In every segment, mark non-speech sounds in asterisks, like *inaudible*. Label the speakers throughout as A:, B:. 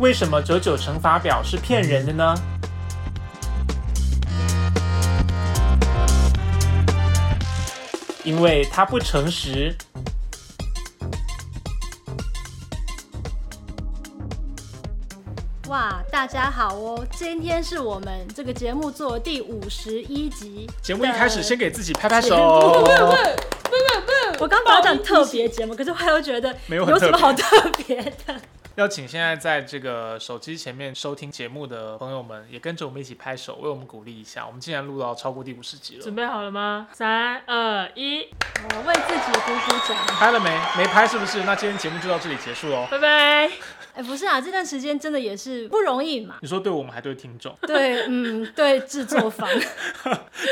A: 为什么九九乘法表是骗人的呢？因为它不诚实。
B: 哇，大家好哦！今天是我们这个节目做的第五十一集。
A: 节目一开始先给自己拍拍
B: 节目
A: 手，
B: 我刚本来讲特别节目，可是我又觉得
A: 没有很
B: 有什么
A: 特别
B: 好特别的。
A: 要请现在在这个手机前面收听节目的朋友们也跟着我们一起拍手，为我们鼓励一下。我们竟然录到超过第五十集了
C: 准，备好了吗？三二一，
B: 我为自己鼓鼓掌。
A: 拍了没？没拍是不是？那今天节目就到这里结束喽。
C: 拜拜。
B: 哎，不是啊，这段时间真的也是不容易嘛。
A: 你说对我们还对听
B: *laughs*
A: 众，
B: 对，嗯，对，制作方，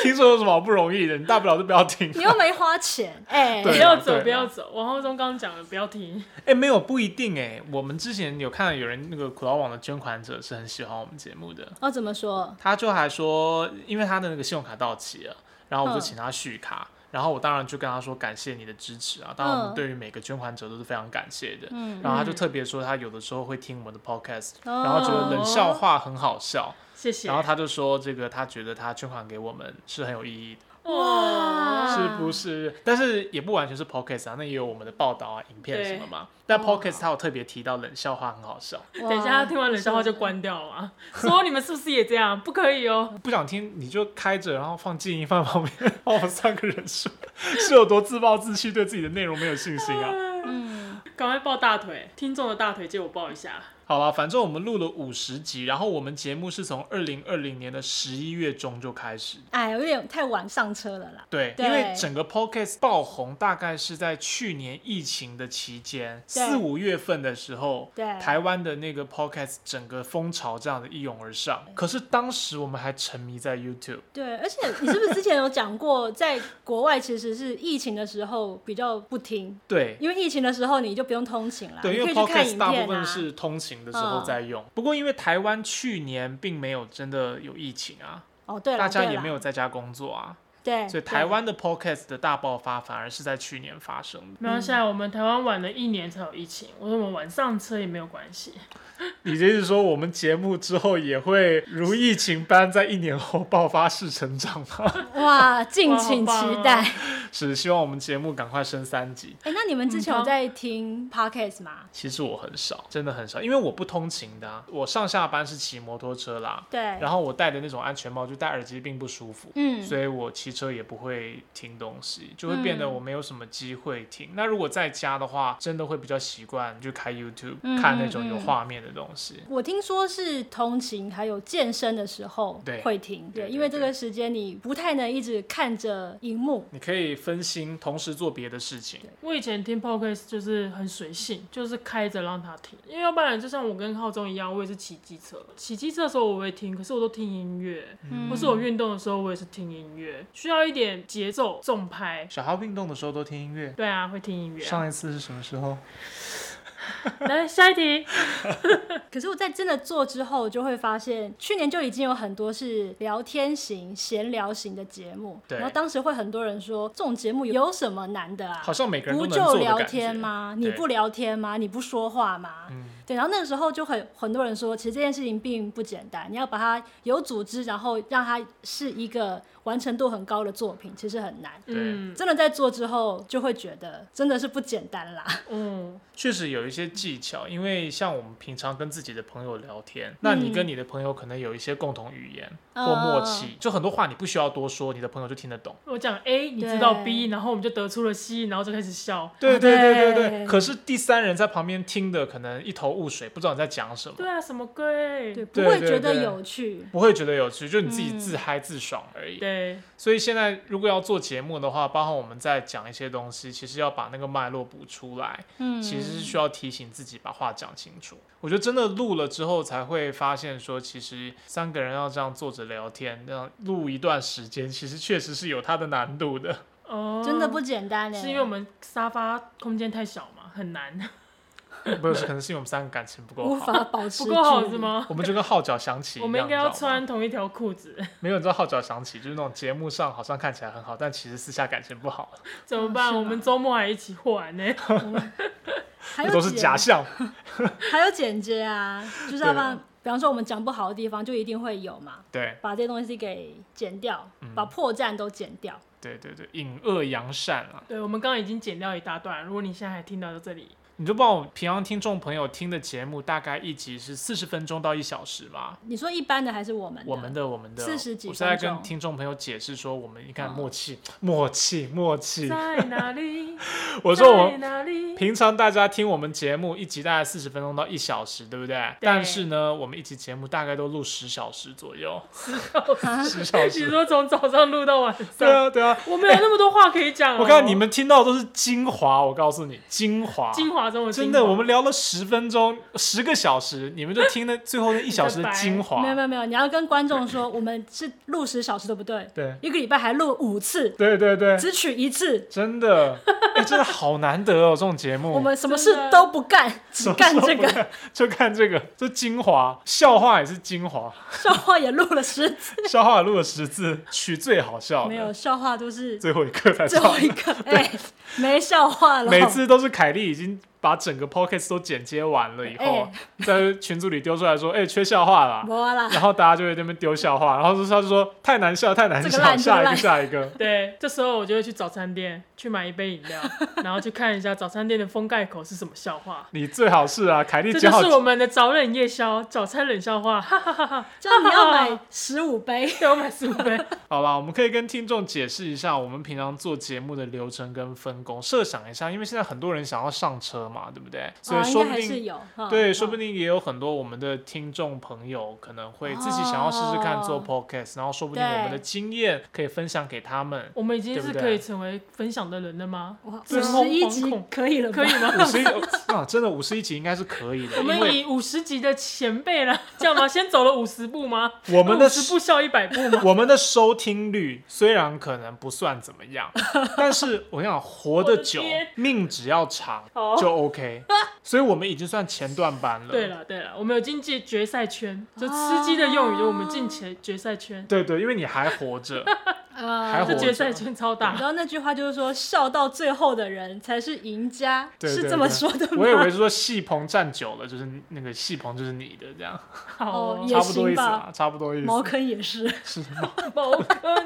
A: 听众有什么好不容易的？你大不了就不要听。
B: 你又没花钱，哎，
C: 不
A: 对啊
C: 要
A: 对
C: 走，
A: 啊
C: 不要走。王浩中刚刚讲了，不要停。
A: 哎，没有不一定哎。我们之前有看到有人那个苦劳网的捐款者是很喜欢我们节目的，
B: 哦，怎么说？
A: 他就还说，因为他的那个信用卡到期了，然后我就
B: 嗯
A: 请他续卡。然后我当然就跟他说感谢你的支持啊，当然我们对于每个捐款者都是非常感谢的。
B: 嗯
A: 然后他就特别说他有的时候会听我们的 podcast，、
B: 哦
A: 然后觉得冷笑话很好笑，
C: 谢谢。
A: 然后他就说这个他觉得他捐款给我们是很有意义的。
C: 哇，
A: 是不是？但是也不完全是 podcast 啊，那也有我们的报道啊、影片
C: 对
A: 什么嘛。但 podcast 它有特别提到冷笑话很好笑，
B: 哇
C: 等一下他听完冷笑话就关掉了啊。说你们是不是也这样？不可以哦。
A: 不想听你就开着，然后放静音放在旁边，帮我们三个人说，是有多自暴自弃，对自己的内容没有信心啊？
B: 嗯，
C: 赶快抱大腿，听众的大腿借我抱一下。
A: 好了，反正我们录了五十集，然后我们节目是从二零二零年的十一月中就开始。
B: 哎，有点太晚上车了啦。
A: 对，
B: 对
A: 因为整个 podcast 爆红大概是在去年疫情的期间，
B: 对
A: 四五月份的时候，
B: 对
A: 台湾的那个 podcast 整个风潮这样的一涌而上。可是当时我们还沉迷在 YouTube，
B: 对，而且你是不是之前有讲过，在国外其实是疫情的时候比较不听，
A: 对。
B: 因为疫情的时候你就不用通勤啦，
A: 对，
B: 你
A: 因
B: 可
A: 为
B: 以去看
A: podcast
B: 影
A: 大部
B: 片
A: 分
B: 啊。嗯
A: 是通勤的时候在用，不过因为台湾去年并没有真的有疫情啊，
B: 哦，对了，
A: 大家
B: 对
A: 也
B: 啦
A: 没有在家工作啊，
B: 对，
A: 所以
B: 对
A: 台湾的 podcast 的大爆发反而是在去年发生的。
C: 没关系啊，我们台湾晚了一年才有疫情，我说我们晚上车也没有关系。
A: 你的意思是说，我们节目之后也会如疫情般在一年后爆发式成长吗？ *laughs*
B: 哇，敬请
C: 哇好棒哦
B: 期待。
A: 是希望我们节目赶快升三级。
B: 哎，那你们
A: 嗯
B: 之前有在听 podcast 吗？
A: 其实我很少，真的很少，因为我不通勤的啊、我上下班是骑摩托车啦，
B: 对，
A: 然后我戴的那种安全帽，就戴耳机并不舒服。
B: 嗯，
A: 所以我骑车也不会听东西，就会变得
B: 嗯
A: 我没有什么机会听。那如果在家的话，真的会比较习惯就开 YouTube
B: 嗯
A: 看
B: 嗯
A: 那种有
B: 嗯
A: 画面的东西。
B: 我听说是通勤还有健身的时候
A: 对
B: 会听，
A: 对
B: 对，
A: 对
B: 因为这
A: 对
B: 个时间你不太能一直看着荧幕。
A: 你可以分心，同时做别的事情。
C: 我以前听 podcast 就是很随性，就是开着让它听，因为要不然就像我跟浩中一样，我也是骑机车，骑机车的时候我会听，可是我都听音乐，
B: 嗯
C: 或是我运动的时候我也是听音乐，需要一点节奏重拍。
A: 小孩运动的时候都听音乐。
C: 对啊，会听音乐、啊。
A: 上一次是什么时候？
C: 来下
A: *laughs*
C: 一题，
B: 可是我在真的做之后，就会发现去年就已经有很多是聊天型、闲聊型的节目，
A: 对
B: 然后当时会很多人说这种节目有什么难的啊？
A: 好像每个人
B: 不
A: 都能做
B: 就
A: 的
B: 聊
A: 感觉
B: 天？吗？你
A: 对
B: 不聊天吗？你不说话吗？
A: 嗯，
B: 对，然后那个时候就很很多人说，其实这件事情并不简单，你要把它有组织，然后让它是一个完成度很高的作品，其实很难。
A: 对
C: 嗯
B: 真的在做之后，就会觉得真的是不简单啦。
C: 嗯，
A: 确实有一些技巧，因为像我们平常跟自己的朋友聊天，那你跟你的朋友可能有一些共同语言
B: 嗯
A: 或默契，就很多话你不需要多说，你的朋友就听得懂。
C: 我讲 A，你知道
B: 对
C: B，然后我们就得出了 C，然后就开始笑。
A: 对对对对对。
B: 对
A: 可是第三人在旁边听的，可能一头雾水，不知道你在讲什么，
C: 对啊，什么鬼？
B: 对，不
A: 对
B: 会
A: 对
B: 觉得
A: 对
B: 有趣。
A: 不会觉得有趣，就你自己
B: 嗯
A: 自嗨自爽而已。
C: 对
A: 所以现在如果要做节目的话，包括我们在讲一些东西，其实要把那个脉络补出来。
B: 嗯，
A: 其实是需要提醒自己把话讲清楚。我觉得真的录了之后，才会发现说，其实三个人要这样坐着聊天，那样录一段时间，其实确实是有它的难度的。 *laughs*
C: 哦，
B: 真的不简单欸嘞、
C: 是因为我们沙发空间太小嘛，很难。
A: 不是，可能是因为我们三个感情不够
B: 无
A: 好，
B: 法保持
C: 不够好
B: 距离
C: 是？吗？
A: 我们就跟号角响起一样。
C: 我们应该要
A: 你知道吗
C: 穿。同一条裤子，
A: 没有人知道号角响起，就是那种节目上好像看起来很好，但其实私下感情不好。
C: 怎么
B: 哦是
C: 办？
B: 吗
C: 我们周末还一起玩呢。
A: 那
B: 还有
A: 都是
B: 剪
A: 假象。
B: 还有剪接啊，就是要
A: 对啊
B: 让，比方说我们讲不好的地方，就一定会有嘛，
A: 对
B: 把这些东西给剪掉，
A: 嗯
B: 把破绽都剪掉。
A: 对对对，引恶扬善啊！
C: *laughs* 对，我们刚刚已经剪掉一大段，如果你现在还听到到这里，
A: 你就帮我平常听众朋友听的节目，大概一集是四十分钟到一小时嘛？
B: 你说一般的还是我们的？
A: 我们的我们的，
B: 40几
A: 我是在
B: 分
A: 跟
B: 钟
A: 听众朋友解释说，我们你看
B: 嗯
A: 默契、默契、默契。
C: 在哪里？
A: *laughs* 我说我
C: 在哪里？
A: 平常大家听我们节目一集大概四十分钟到一小时，对不对？但是呢，我们一集节目大概都录十小时左右，
B: 啊
A: 十小
C: *laughs* 你
A: 时。
C: 说从早上录到晚
A: 对
C: 上，
A: 啊，对啊。
C: 我没有那么多话可以讲、哦。
A: 我看你们听到的都是精华，我告诉你，精华，
C: 精华中的精华
A: 真的，我们聊了十分钟，十个小时，你们就听了最后那一小时的精华
B: 没。有没有没有，你要跟观众说，我们是录十小时，对不对？
A: 对，
B: 一个礼拜还录五次，
A: 对对对，
B: 只取一次，
A: 真的，哎真的好难得哦，这种节目。
B: *laughs* 我们什么
C: 真的
B: 事都不干，只干
A: 什
B: 这
A: 么时候
B: 个。
A: 不看，就看这个，这精华，笑话也是精华，
B: 笑话也录了十次，
A: 笑话也录了十字，取最 *laughs* 好笑的，
B: 没有笑话都是
A: 最后一刻才
B: 最
A: 上
B: 后一个，哎，没笑话了。
A: 每次都是凯莉已经把整个 p o c k e t 都剪接完了以
B: 哎
A: 后，在群组里丢出来说：“哎、缺笑话啦
B: 没啦！
A: 然后大家就会在那边丢笑话，然后就是他就说：“太难笑，太难
B: 这个
A: 笑，下一个，
B: 烂这个
A: 下一个。
C: 对，这时候我就会去早餐店去买一杯饮
A: *laughs*
C: 料，然后去看一下早餐店的封盖口是什么笑话”。
A: 你最好是啊，凯莉
C: 这
A: 剪
C: 就
A: 好
C: 是我们的早冷夜宵，早餐冷笑话。 *laughs* 哈哈哈哈！
B: 就你要买十五杯，
C: 对，我买十五杯。
A: 好吧，我们可以跟听众解释一下我们平常做节目的流程跟分工，设想一下，因为现在很多人想要上车嘛，对不对？ *laughs* 所以
B: 啊，应
A: 说
B: 该
A: 不
B: 还是
A: 定、
B: 有。嗯
A: 对，
B: 嗯
A: 说不定也有很多我们的听众朋友可能会自己想要试试看做
B: 哦
A: podcast，、然后说不定我们的
B: 对
A: 经验可以分享给他们。
C: 我们已经
A: 对
C: 是
A: 不对
C: 可以成为分享的人了吗？
B: 哇，
C: 这
B: 五
C: 是
B: 十一
C: 惶
B: 集
C: 恐
B: 可以了吧，
C: 可以吗？
A: *laughs* 五十一啊，真的五十一集应该是可以的，
C: 我
A: 因
C: 们
A: 为
C: 以五十集的前辈了， *laughs* 这样吗？先走了五十步吗？
A: 我们的
B: 哦
C: 五十步笑一百步吗？
A: *laughs* 我们的收听率虽然可能不算怎么 *laughs* 样，但是我想活得久
C: 我的天，
A: 命只要长
C: 哦
A: 就 *laughs* OK，所以我们已经算前段班了。
C: 对了对了，我们有进决决赛圈，就吃鸡的用语，就我们进决决赛圈，
A: 对对，因为你还活着，
B: 呃
A: 还活
C: 这
A: 着啊
C: 决赛圈超
B: *laughs* 你知
C: 大。
B: 道那句话就是说，笑到最后的人才是赢家，
A: 对对
B: 是这么说的吗？
A: *laughs* 我以为是说戏棚站久了，就是那个戏棚就是你的这样，
C: 好哦
B: 哦，也
A: 差不多意思
B: 行吧
A: 啊，差不多意
B: *laughs* 茅
A: 思。
B: 坑也是，
A: *laughs*
C: 茅坑。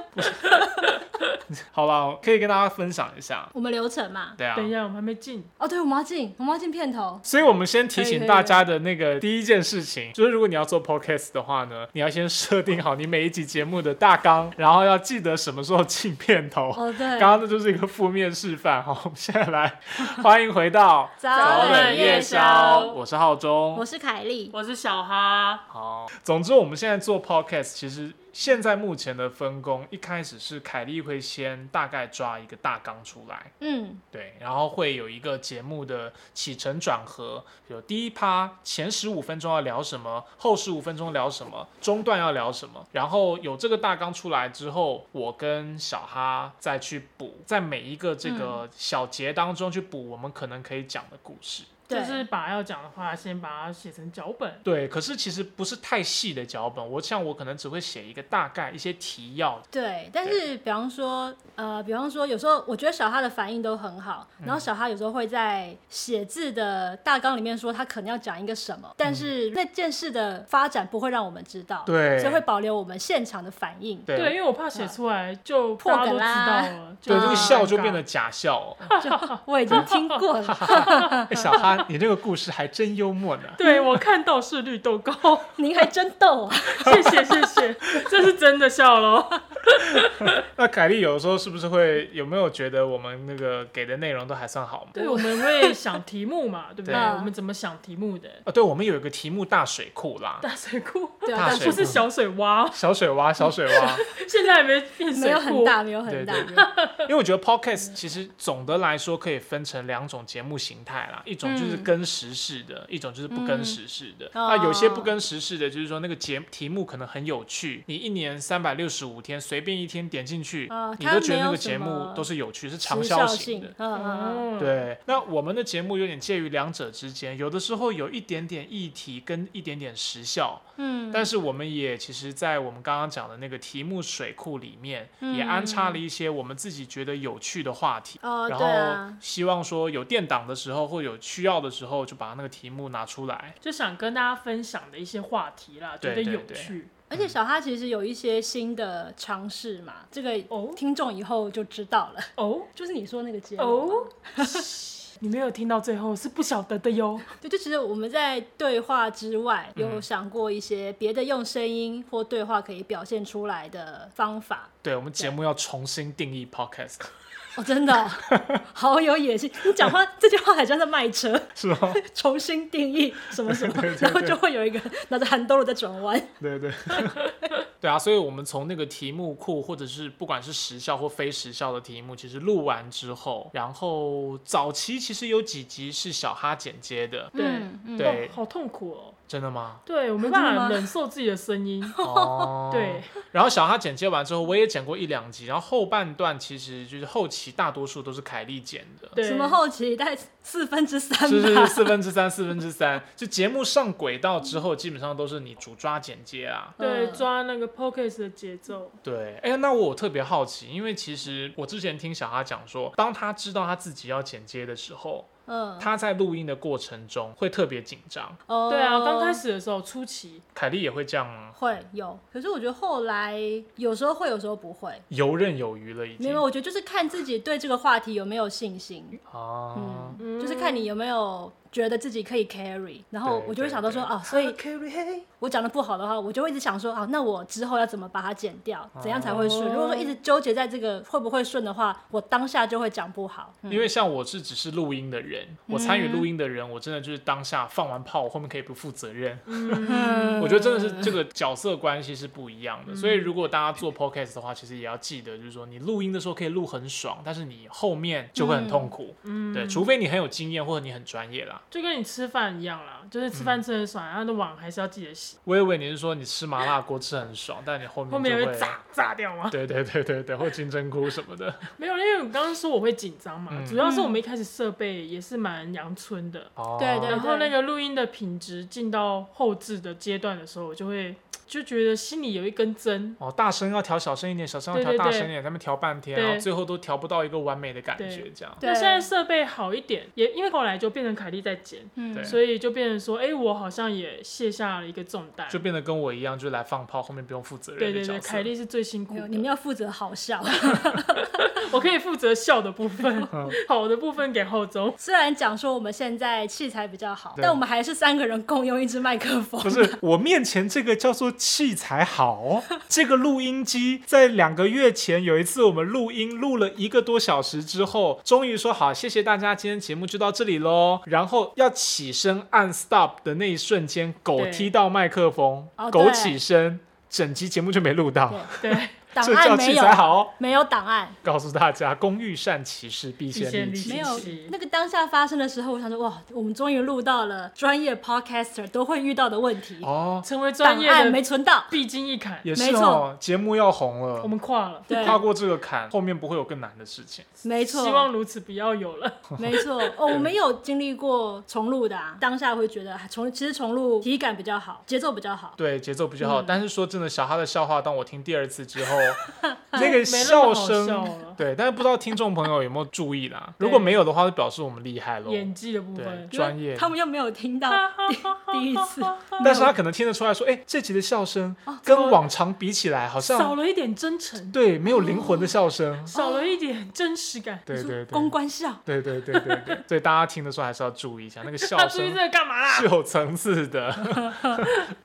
A: 好了，可以跟大家分享一下，
B: 我们流程嘛。
A: 对啊。
C: 等一下，我们还没进。
B: 哦，对，我们要进，我们要进片头。
A: 所以，我们先提
B: 可以可
A: 醒
B: 以
A: 大家的那个第一件事情，就是如果你要做 podcast 的话呢，你要先设定好你每一集节目的大纲，然后要记得什么时候进片头。
B: 哦，对，
A: 刚刚那就是一个负面示范哦 *laughs* 哈。我们现在来，欢迎回到
B: 早
C: 冷夜宵
A: 我是浩中
B: 我。是凯莉，
C: 我是小哈，
A: 好，总之我们现在做 podcast，其实现在目前的分工，一开始是凯莉会先大概抓一个大纲出来，
B: 嗯，
A: 对，然后会有一个节目的起承转合，有第一趴前十五分钟要聊什么，后十五分钟聊什么，中段要聊什么，然后有这个大纲出来之后，我跟小哈再去补，在每一个这
C: 嗯
A: 个小节当中去补我们可能可以讲的故事。
B: 对，
C: 就是把要讲的话先把它写成脚本。
A: 对，可是其实不是太细的脚本，我像我可能只会写一个大概一些提要，
B: 对。但是，比方说，呃，比方说，有时候我觉得小哈的反应都很好，
A: 嗯
B: 然后小哈有时候会在写字的大纲里面说他可能要讲一个什么，
A: 嗯
B: 但是那件事的发展不会让我们知道，
A: 对
B: 所以会保留我们现场的反应。
A: 对
C: 对，因为我怕写出来就
B: 破
C: 大家都
B: 梗
C: 知
B: 啦
C: 道了，
A: 对，这
C: 就很
A: 个
C: 尴
A: 笑就
C: 尬
A: 变得假笑、
C: *laughs*
A: 哦。 *laughs*
B: 我已经听过了，
A: 哎小哈，你这个故事还真幽默呢。
C: 对，我看到是绿豆糕， *laughs*
B: 您还真逗
A: *laughs*
B: 啊！
C: 谢谢谢谢，这是真的笑
B: *laughs*
C: 喽。
A: *laughs* 那凯莉有的时候是不是会有没有觉得我们那个给的内容都还算好吗？
C: 对，我们会想题目嘛，
A: *laughs*
C: 对不对？
A: 对
C: 我们怎么想题目的？
A: 啊，对，我们有一个题目大水库啦，
C: 大水库，
B: 对
A: 大
B: 啊，
C: 但
A: 水
C: 不
A: 库
C: 是小水洼，
A: 小水
B: *laughs*
A: 洼，小水洼。
C: 现在还没变
B: 没
C: 水
B: 有
C: 库
B: 很。大，没有
A: 对
B: 很大
A: 对。对，因为我觉得 podcast 其实总的来说可以分成两种节目形态啦，一种就是
B: 嗯
A: 跟时事的，一种就是不跟时事的。
B: 哦
A: 那有些不跟时事的，就是说那个节题目可能很有趣，你一年三百六十五天随便一天点进去，
B: 哦
A: 你
B: 它
A: 都觉得
B: 没
A: 那
B: 有
A: 个
B: 什
A: 节目
B: 么
A: 都是有趣，是长
B: 时
A: 效
B: 效
A: 型的
B: 性。，嗯嗯嗯，
C: 哦，
A: 对，那我们的节目有点介于两者之间，有的时候有一点点议题跟一点点时效，
B: 嗯，
A: 但是我们也其实，在我们刚刚讲的那个题目水库里面，也安插了一些我们自己觉得有趣的话题。
B: 嗯哦，
A: 然
B: 对
A: 后
B: 啊，
A: 希望说有电档的时候，或有需要的时候，就把那个题目拿出来。
C: 就想跟大家分享的一些话题啦，觉
A: 对
C: 得
A: 对
C: 有
A: 对
C: 趣。
B: 而
A: 嗯
B: 且小哈其实有一些新的尝试嘛，这个
C: 哦
B: 听众以后就知道了。
C: 哦
B: 就是你说那个节目嘛
C: 哦，你没有听到最后是不晓得的哟。
B: 对，就其实我们在对话之外，有
A: 嗯
B: 想过一些别的用声音或对话可以表现出来的方法。
A: 对我们节目要重新定义 podcast，
B: 哦，真的哦、 *laughs* 好有野心！你讲话这句话好像在卖车， *laughs*
A: 是吗？
B: 重新定义什么什么，然后就会有一个拿着韩兜了在转弯。
A: 对对对啊，所以我们从那个题目库，或者是不管是时效或非时效的题目，其实录完之后，然后早期其实有几集是小哈剪接的，
C: 对
B: 嗯嗯
A: 对
C: 哦好痛苦哦。
A: 真的吗？
C: *laughs* 对我没
B: 真的
C: 办
B: 吗
C: 法忍受自己的声音。
A: 哦
C: 对。
A: 然后小哈剪接完之后，我也剪过一两集，然后后半段其实就是后期大多数都是凯莉剪的。
C: 对，
B: 什么后期大概四分之三
A: 是是
B: 吧
A: 是，。四分之三，四分之三。就节目上轨道之后，基本上都是你主抓剪接啊。
C: 对
B: 嗯
C: 抓那个 p o c k e t 的节奏。
A: 对，哎、那我特别好奇，因为其实我之前听小哈讲说，当他知道他自己要剪接的时候，
B: 嗯，
A: 他在录音的过程中会特别紧张。
B: 哦
C: 对啊，刚开始的时候初期，
A: 凯莉也会这样吗？
B: 会有，可是我觉得后来有时候会，有时候不会。
A: 游刃有余了已
B: 没
A: 经
B: 有，。我觉得就是看自己对这个话题有没有信心，
A: 啊，
B: 嗯，
C: 嗯
B: 就是看你有没有觉得自己可以 carry，然后
A: 对
B: 我就会
A: 对
B: 想到说
A: 对
B: 啊，所以我讲的不好的话，我就会一直想说啊，那我之后要怎么把它剪掉，怎样才会顺？
A: 哦
B: 如果说一直纠结在这个会不会顺的话，我当下就会讲不好。嗯
A: 因为像我是只是录音的人，我参与录音的人，我真的就是当下放完炮，我后面可以不负责任。
B: 嗯
C: 嗯 *laughs*
A: 我觉得真的是这个角色关系是不一样
B: 嗯
A: 的，所以如果大家做 podcast 的话，其实也要记得，就是说你录音的时候可以录很爽，但是你后面就会很
B: 嗯
A: 痛苦。对，除非你很有经验或者你很专业啦。
C: 就跟你吃饭一样啦，就是吃饭吃很爽，然后的碗还是要记得洗，
A: 我以为你是说你吃麻辣锅吃很爽，但你后面
C: 后
A: 嗯就
C: 面会炸炸掉吗？
A: 对对对对对，或金针菇什么的。
C: 没有，因为我刚刚说我会紧张嘛，
A: 嗯
C: 主要是我们一开始设备也是蛮阳春的，
A: 哦
B: 对对
C: 然后那个录音的品质进到后置的阶段的时候，我就会就觉得心里有一根针，
A: 哦，大声要调小声一点，小声要调
C: 对对
A: 大
C: 对
A: 声一点，他们调半天，
C: 对
A: 然后最后都调不到一个完美的感觉
C: 对，
A: 这样。
B: 对
C: 那现在设备好一点，也因为后来就变成凯莉在剪，
A: 对
B: 嗯，
C: 所以就变成说，哎、我好像也卸下了一个重担
A: 就。变得跟我一样，就是来放炮，后面不用负责
C: 对
A: 任的
C: 对
A: 角
C: 对，
A: 色。
C: 凯莉是最辛苦
B: 没有
C: 的，
B: 你们要负责好笑， *laughs*
C: 我可以负责笑的
A: *laughs*
C: 部分，
A: 嗯
C: 好的部分给后周。
B: 虽然讲说我们现在器材比较好，
A: 对
B: 但我们还是三个人共用一支麦克风
A: *laughs*
B: *laughs*
A: 不。是我面前这个叫做器材好， *laughs* 这个录音机在两个月前有一次我们录音录了一个多小时之后，终于说好，谢谢大家，今天节目就到这里喽。然后要起身按 stop 的那一瞬间，狗
C: 对
A: 踢到麦克风
B: 哦，
A: 狗
B: 对
A: 起身，整集节目就没录到
B: 对，
C: 对，
B: 档
A: 这叫
B: 案没
A: 器
B: 有，
A: 材好。
B: 没有档案。
A: 告诉大家，工欲善其事，必先利
C: 必先利
A: 其
B: 没
C: 其
A: 器。
B: 有
C: 期
B: 那个当下发生的时候，我想说哇，我们终于录到了专业 podcaster 都会遇到的问题，
A: 哦，
C: 成为专
B: 档
C: 业
B: 案没
C: 的
B: 存到。
C: 必经一坎，
A: 也是
B: 没
A: 哦
B: 错，
A: 节目要红
C: 我
A: 了，
C: 们跨了。
B: 对，
A: 跨过这个坎，后面不会有更难的事情。
B: 没
C: 希
B: 错，
C: 望如此不要有了。
B: *laughs* 没错。哦，我们有经历过重录的啊，当下会觉得啊重，其实重录体感比较好，节奏比较好。
A: 对，节奏比较
C: 嗯
A: 好，但是说真的，小哈的笑话，当我听第二次之
C: *laughs*
A: 后，那
C: 没
A: 个
C: 那么好笑
A: 声
C: 了，
A: 对，但是不知道听众朋友有没有注意啦？如果没有的话，就表示我们厉害喽。
C: 演技的部
A: 对
C: 分，
A: 专业
B: 他们又没有听到
C: *laughs*
B: 第第一次，
A: 但是他可能听得出来说，哎、这集的笑声
C: 哦
A: 跟往常比起来，好
C: 少
A: 像
C: 了一点真诚，
A: 对没有灵魂
C: 哦
A: 的笑声。
C: 少了一点真实感。
A: 对对
B: 公
A: 对，
B: 关笑。
A: 对对对对对，所以大家听的时候还是要注意一下那个笑
C: 他注意
A: 声
C: 这。个干嘛
A: 是哦
C: 啦？
A: 有层次的，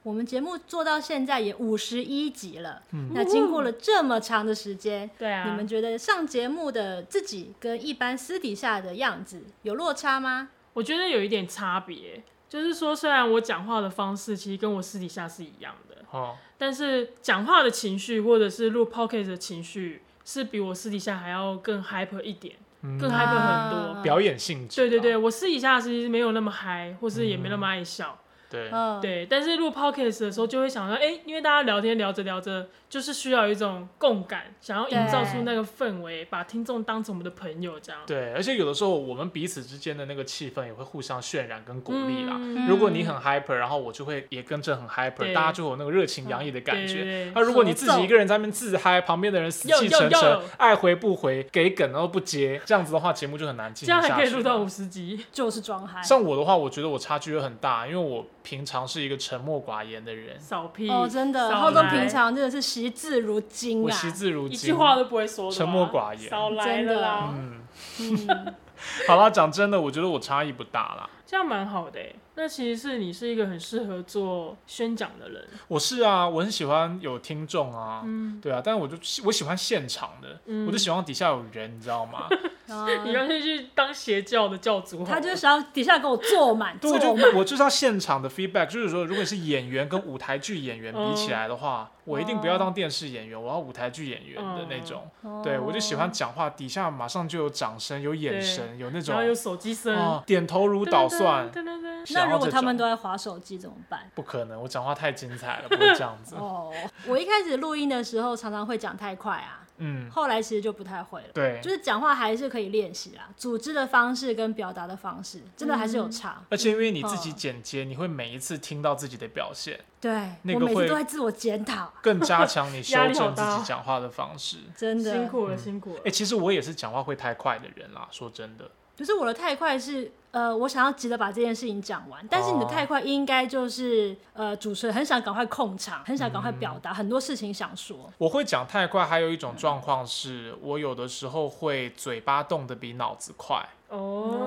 B: 我们节目做到现在也五十一集了，
C: 嗯
B: 那经过了这么长的时间，
C: 对啊
B: 你们觉得上节目的自己跟一般私底下的样子有落差吗？
C: 我觉得有一点差别，就是说，虽然我讲话的方式其实跟我私底下是一样的，
A: 哦，
C: *laughs* 但是讲话的情绪或者是录 p o c k e t 的情绪是比我私底下还要更 hyper 一点，
A: 嗯
C: 更 hyper 很多。
B: 啊
A: 表演性质。嗯
C: 对对对，，我私底下其实没有那么嗨，或是也没那么爱笑，
A: 对，
B: 嗯，
C: 对，但是录 podcast 的时候就会想到，哎、因为大家聊天聊着聊着，就是需要一种共感，想要营造出那个氛围，把听众当成我们的朋友这样。
A: 对，而且有的时候我们彼此之间的那个气氛也会互相渲染跟鼓励啦。
C: 嗯
A: 如果你很 hyper，然后我就会也跟着很 hyper，
C: 对
A: 大家就有那个热情洋溢的感
C: 对
A: 觉。
C: 对
A: 那
C: 对
A: 如果你自己一个人在那边自嗨，旁边的人死气沉
C: 有有
A: 沉
C: 有，
A: 爱回不回，给梗然后不接，这样子的话节目就很难进
C: 这
A: 行
C: 样
A: 下
C: 还
A: 去。
C: 可以录到五十集。
B: 就是装嗨。
A: 像我的话，我觉得我差距会很大，因为我平常是一个沉默寡言的人，
C: 少屁
B: 哦，真的，
C: 少
B: 浩东
C: 来
B: 平常真的是惜字如金啊，
A: 我惜字如
D: 一
A: 金。
D: 句话都不会说的吧，
A: 沉默寡言
D: 少来了啦。
A: 嗯，
B: 嗯，
A: 好了，讲真的，我觉得我差异不大啦。
C: 这样蛮好的欸。那其实是你是一个很适合做宣讲的人，
A: 我是啊，我很喜欢有听众啊，
C: 嗯，
A: 对啊，但是我就我喜欢现场的，
C: 嗯
A: 我就喜欢底下有人，你知道吗？
B: 然后
A: 嗯
C: 你干脆去当邪教的教主好
B: 嗯 *laughs*
C: 了。
B: 他就是想要底下给我坐满，
A: 对，我
B: 坐
A: 就
B: 满。
A: 我就是要现场的 feedback，就是说，如果是演员跟舞台剧演员比起来的话，我一定不要当电视演员，我要舞台剧演员的那种。
B: 哦
A: 对，我就喜欢讲话，底下马上就有掌声，有眼神，有那种
C: 然后有手机声，
A: 哦点头如捣蒜。
C: 噔噔噔噔
A: 想
B: 那
A: 要
B: 如果
A: 这
B: 他们
A: 种
B: 都在划手机怎么办？
A: 不可能，我讲话太精彩了，不 *laughs* 会这样子。
B: 哦，我一开始录音的时候常常会讲太快啊，
A: 嗯，
B: 后来其实就不太会了。
A: 对
B: 就。是讲话还是可以练习啦，组织的方式跟表达的方式真的还是
A: 嗯
B: 有差。
A: 而且因为你自己
B: 嗯
A: 剪接，你会每一次听到自己的表现，
B: 对、
A: 那
B: 我
A: 个
B: 每
A: 会
B: 次都在自我检讨，
A: 更加强你
B: *laughs*
A: 修
C: 压力好
A: 正自
C: 大
A: 己
C: 哦
A: 讲话的方式。
B: 真的
C: 辛苦了，
A: 嗯
C: 辛苦了
A: 哎、。其实我也是讲话会太快的人啦，说真的。
B: 可是我的太快是，呃，我想要急着把这件事情讲完，但是你的
A: 哦
B: 太快应该就是，呃，主持人很想赶快控场，很想
A: 嗯
B: 赶快表达、很多事情想说。
A: 我会讲太快，还有一种状况是，我有的时候会嘴巴动得比脑子快。
C: 哦
B: 嗯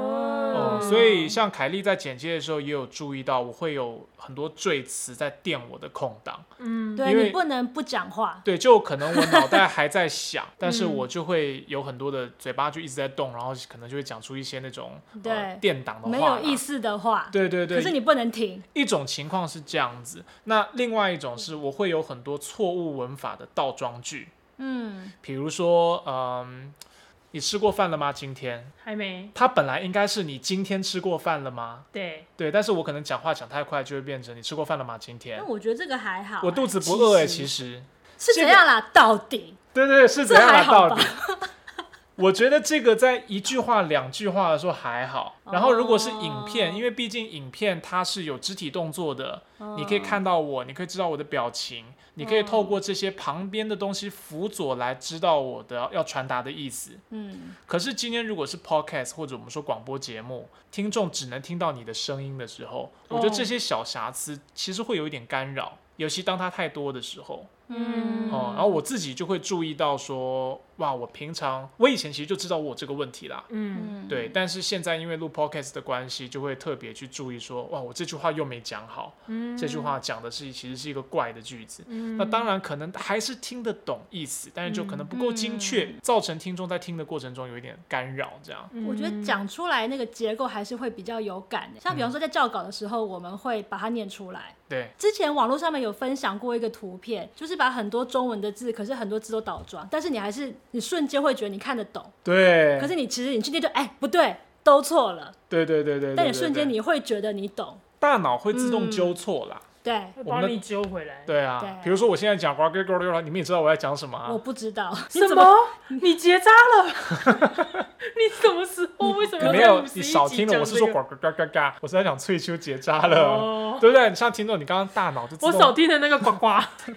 A: 哦、所以像凯莉在剪接的时候也有注意到，我会有很多赘词在垫我的空档。
C: 嗯，
A: 因
B: 对
A: 为
B: 你不能不讲话，
A: 对，就可能我脑袋还在
B: *laughs*
A: 想，但是我就会有很多的嘴巴就一直在动，然后可能就会讲出一些那种呃
B: 对
A: 垫档的话，
B: 没有意。思的话，
A: 对对对，
B: 可是你不能停。
A: 一种情况是这样子，那另外一种是我会有很多错误文法的倒装句，
B: 嗯，
A: 比如说，嗯，你吃过饭了吗？今天，
C: 还没
A: 它本来应该是你今天吃过饭了吗？
C: 对，
A: 对，但是我可能讲话讲太快，就会变成你吃过饭了吗？今天
B: 那我觉得这个还好、
A: 我肚子不饿哎、其
B: 实
A: 实，
B: 是怎样啦？到底
A: 对对是怎
B: 这
A: 样
B: 还
A: 的
B: 好
A: 道
B: 吧
A: 理？ *laughs* 我觉得这个在一句话、两句话的时候还好，然后如果是影片，
B: 哦
A: 因为毕竟影片它是有肢体动作的，你可以看到我，你可以知道我的表情，你可以透过这些旁边的东西辅佐来知道我的要传达的意思。
B: 嗯，
A: 可是今天如果是 podcast 或者我们说广播节目，听众只能听到你的声音的时候，我觉得这些小瑕疵其实会有一点干扰，尤其当它太多的时候，
B: 嗯，
A: 哦、然后我自己就会注意到说，哇，我平常我以前其实就知道我有这个问题啦，
C: 嗯，
B: 嗯，
A: 对，但是现在因为录 podcast 的关系，就会特别去注意说，哇，我这句话又没讲好，
C: 嗯
A: 这句话讲的是其实是一个怪的句子。
C: 嗯
A: 那当然可能还是听得懂意思，但是就可能不够精确，
B: 嗯
A: 造成听众在听的过程中有一点干扰，这样。
B: 我觉得
C: 嗯
B: 讲出来那个结构还是会比较有感的。像
A: 嗯
B: 比方说在校稿的时候，我们会把它念出来。
A: 对，
B: 之前网络上面有分享过一个图片，就是把很多中文的字，可是很多字都倒装，但是你还是你瞬间会觉得你看得懂，
A: 对，
B: 可是你其实你今天就哎不对，都错了，
A: 对对对对对，
B: 但你
A: 对
B: 瞬间
A: 对
B: 你会觉得你懂，
A: 大脑会自动纠错啦。
B: 对，
C: 会
A: 我们的
C: 帮你揪回来。
A: 对啊，
B: 对
A: 比如说我现在讲呱呱呱呱呱，你们也知道我在讲什么啊
B: 我？不知道你
C: 什
B: 怎么，
C: 么？你结扎了？ *laughs* 你什么时候？
A: *laughs*
C: 为什么要
A: 没
C: 在
A: 有
C: 五，十
A: 你
C: 一
A: 少
C: 集
A: 听了，
C: 讲
A: 我是
C: 这
A: 说
C: 个
A: 呱呱呱呱呱，我是在讲翠秋结扎了，
C: 哦，
A: *laughs* 对不对？你像听众，你刚刚大脑就自
C: 我
A: 动
C: 少听的那个呱呱。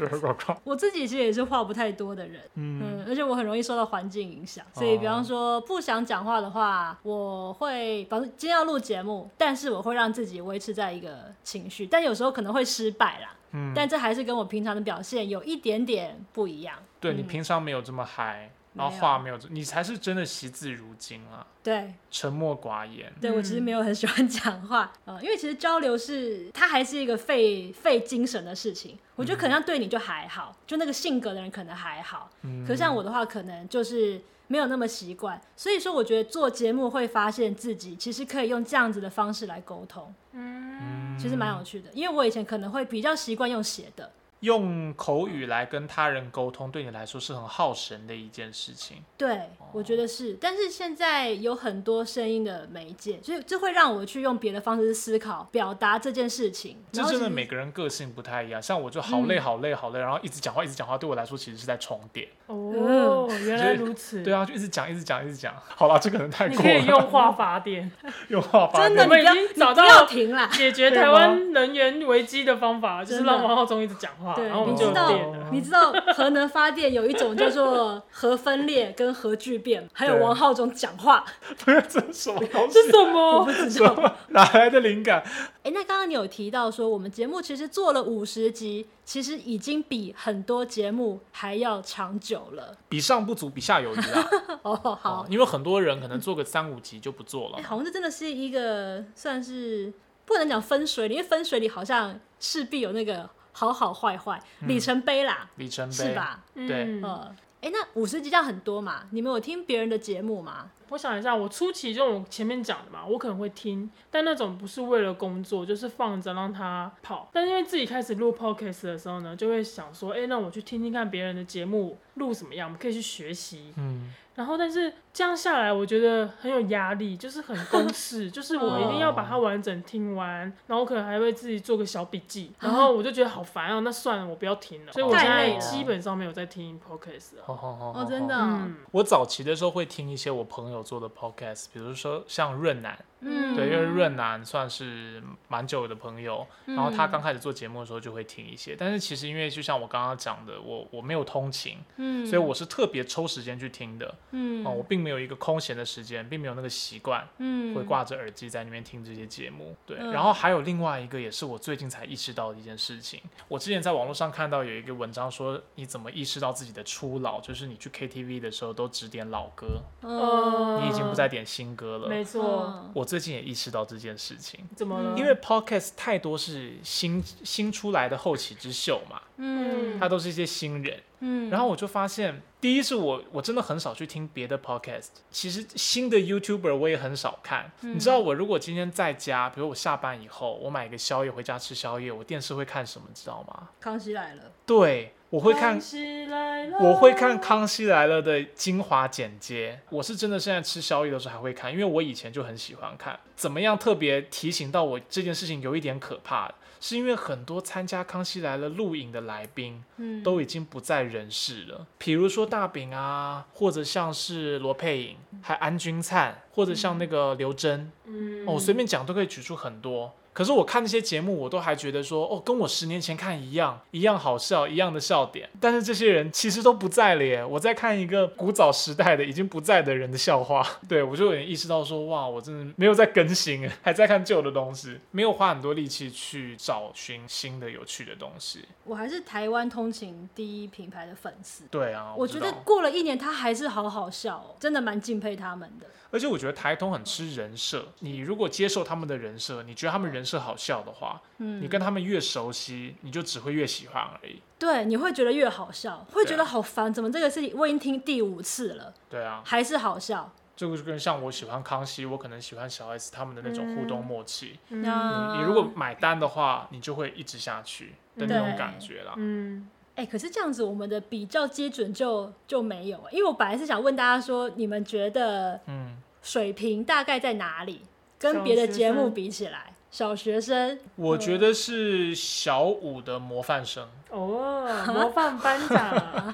A: 呱呱
C: *laughs*
A: 呱，
B: 我自己其实也是话不太多的人，
A: 嗯，哦
B: 嗯，而且我很容易受到环境影响，所以比方说不想讲话的话，我会反正今天要录节目，但是我会让自己维持在一个情绪，但有时候可能会失败啦，
A: 嗯
B: 但这还是跟我平常的表现有一点点不一样。
A: 对
B: 嗯
A: 你平常没有这么嗨，然后
B: 没有
A: 话没有这，你才是真的惜字如金啊，
B: 对，
A: 沉默寡言。
B: 对我其实
C: 嗯
B: 没有很喜欢 *laughs* 讲话，呃，因为其实交流是它还是一个费费精神的事情，我觉得可能要对你就还好，就那个性格的人可能还好，
A: 嗯，
B: 可像我的话，可能就是没有那么习惯，所以说我觉得做节目会发现自己其实可以用这样子的方式来沟通，
C: 嗯
B: 其实蛮有趣的。因为我以前可能会比较习惯用写的，
A: 用口语来跟他人沟通，对你来说是很耗神的一件事情。
B: 对，
C: 哦
B: 我觉得是。但是现在有很多声音的媒介，所以这会让我去用别的方式思考表达这件事情。
A: 这
B: 然后
A: 真的
B: 其实
A: 每个人个性不太一样，像我就好
C: 嗯
A: 累好累好累，然后一直讲话一直讲话，对我来说其实是在重叠。
C: 哦，原来如此。
A: 对啊，就一直讲一直讲一直讲。 *laughs* 好了，这可能太
C: 你
A: 过
C: 可以
A: 了，
C: 用化法典， *laughs*
A: 用话发
B: 真的，
A: 表
B: 你不
C: 我们已
B: 要
C: 经
B: 你
C: 找
B: 不
C: 到
B: 要停啦。
C: *laughs* 解决台湾能源危机的方法就是
B: 真
C: 让
B: 的
C: 王浩中一直讲话，
B: 对
C: 然后我们
B: 你
C: 哦就有
B: 知道
C: 电了。
B: 你知道核能发电有一种叫做核分裂跟核聚变，还有
A: 对
B: 王浩中讲话。
A: 这是 *laughs* 什么东西？
C: 是什么？
A: 什么 *laughs* 哪来的灵感？
B: 哎，那刚刚你有提到说，我们节目其实做了五十集，其实已经比很多节目还要长久了。
A: 比上不足，比下有余啊！
B: 哦， *laughs* 好
A: 哦，因为很多人可能做个三五集就不做了
B: 哎， *laughs*
A: 嘛。
B: 好像这真的是一个算是不能讲分水岭，因为分水岭好像势必有那个好好坏坏、里程碑啦，
A: 嗯里程碑
B: 是？吧？
A: 对
C: 嗯
B: 呃，哎，那五十集这样很多嘛？你们有听别人的节目吗？
C: 我想一下，我初期就我前面讲的嘛，我可能会听，但那种不是为了工作，就是放着让它跑。但因为自己开始录 podcast 的时候呢，就会想说，哎、那我去听听看别人的节目录什么样，我们可以去学习。
A: 嗯，
C: 然后，但是这样下来，我觉得很有压力，就是很公式，就是我一定要
B: 哦
C: 把它完整听完，然后我可能还会自己做个小笔记，然后我就觉得好烦哦、那算了，我不要听了。所以我现
B: 太累
C: 在
B: 了
C: 基本上没有在听 podcast 了。
A: 好好好，
B: 哦，
A: 好
B: 真的，
A: 好
B: 哦，
C: 嗯，
A: 我早期的时候会听一些我朋友做的 podcast，比如说像润南，
B: 嗯，
A: 对，因为润南算是蛮久的朋友，
B: 嗯
A: 然后他刚开始做节目的时候就会听一些，但是其实因为就像我刚刚讲的，我我没有通勤，
B: 嗯，
A: 所以我是特别抽时间去听的，
B: 嗯
A: 哦，我并没有一个空闲的时间，并没有那个习惯。
B: 嗯
A: 会挂着耳机在那边听这些节目，对。
B: 嗯
A: 然后还有另外一个，也是我最近才意识到的一件事情。我之前在网络上看到有一个文章说，你怎么意识到自己的初老？就是你去 KTV 的时候都只点老歌，
B: 嗯
A: 你已经不再点新歌了。
C: 没错。
B: 嗯
A: 我最近也意识到这件事情，
C: 怎么了？
A: 因为 podcast 太多是新新出来的后起之秀嘛，
B: 嗯
A: 它都是一些新人。
B: 嗯，
A: 然后我就发现，第一是我我真的很少去听别的 podcast，其实新的 YouTuber 我也很少看。你知道，我如果今天在家，比如我下班以后，我买个宵夜回家吃宵夜，我电视会看什么，你知道吗？
B: 康熙来了，
A: 对，我会看
C: 康。
B: 哎
C: 熙来了
A: 我会看《康熙来了》的精华剪接，我是真的现在吃宵夜的时候还会看，因为我以前就很喜欢看。怎么样特别提醒到我这件事情有一点可怕，是因为很多参加《康熙来了》录影的来宾，
B: 嗯，
A: 都已经不在人世了。比如说大饼啊，或者像是罗佩颖，还安钧璨，或者像那个刘真，
C: 嗯
A: 哦，我随便讲都可以举出很多。可是我看那些节目，我都还觉得说，哦，跟我十年前看一样，一样好笑，一样的笑点。但是这些人其实都不在了耶，我在看一个古早时代的已经不在的人的笑话。 *laughs* 对我就有点意识到说，哇，我真的没有在更新， *laughs* 还在看旧的东西，没有花很多力气去找寻新的有趣的东西。
B: 我还是台湾通勤第一品牌的粉丝。
A: 对啊，
B: 我
A: 知
B: 觉得
A: 道
B: 过了一年，他还是好好笑、哦，真的蛮敬佩他们的。
A: 而且我觉得台通很吃人设，你如果接受他们的人设，你觉得他们人设好笑的话，
B: 嗯
A: 你跟他们越熟悉，你就只会越喜欢而已。
B: 对，你会觉得越好笑，会觉
A: 对
B: 得
A: 啊
B: 好烦，怎么这个事情我已经听第五次了，
A: 对啊，
B: 还是好笑？
A: 这个就跟像我喜欢康熙，我可能喜欢小 S 他们的那种互动默契。
B: 那
A: 嗯你你如果买单的话，你就会一直下去的那种
B: 嗯对
A: 感觉啦。
C: 嗯，
B: 哎、可是这样子，我们的比较基准就就没有，因为我本来是想问大家说，你们觉得
A: 嗯，
B: 水平大概在哪里？跟
C: 小
B: 别的
C: 学
B: 节目
C: 生
B: 比起来，小学生
A: 我觉得是小五的模范生， *laughs*
C: 哦，模范班长，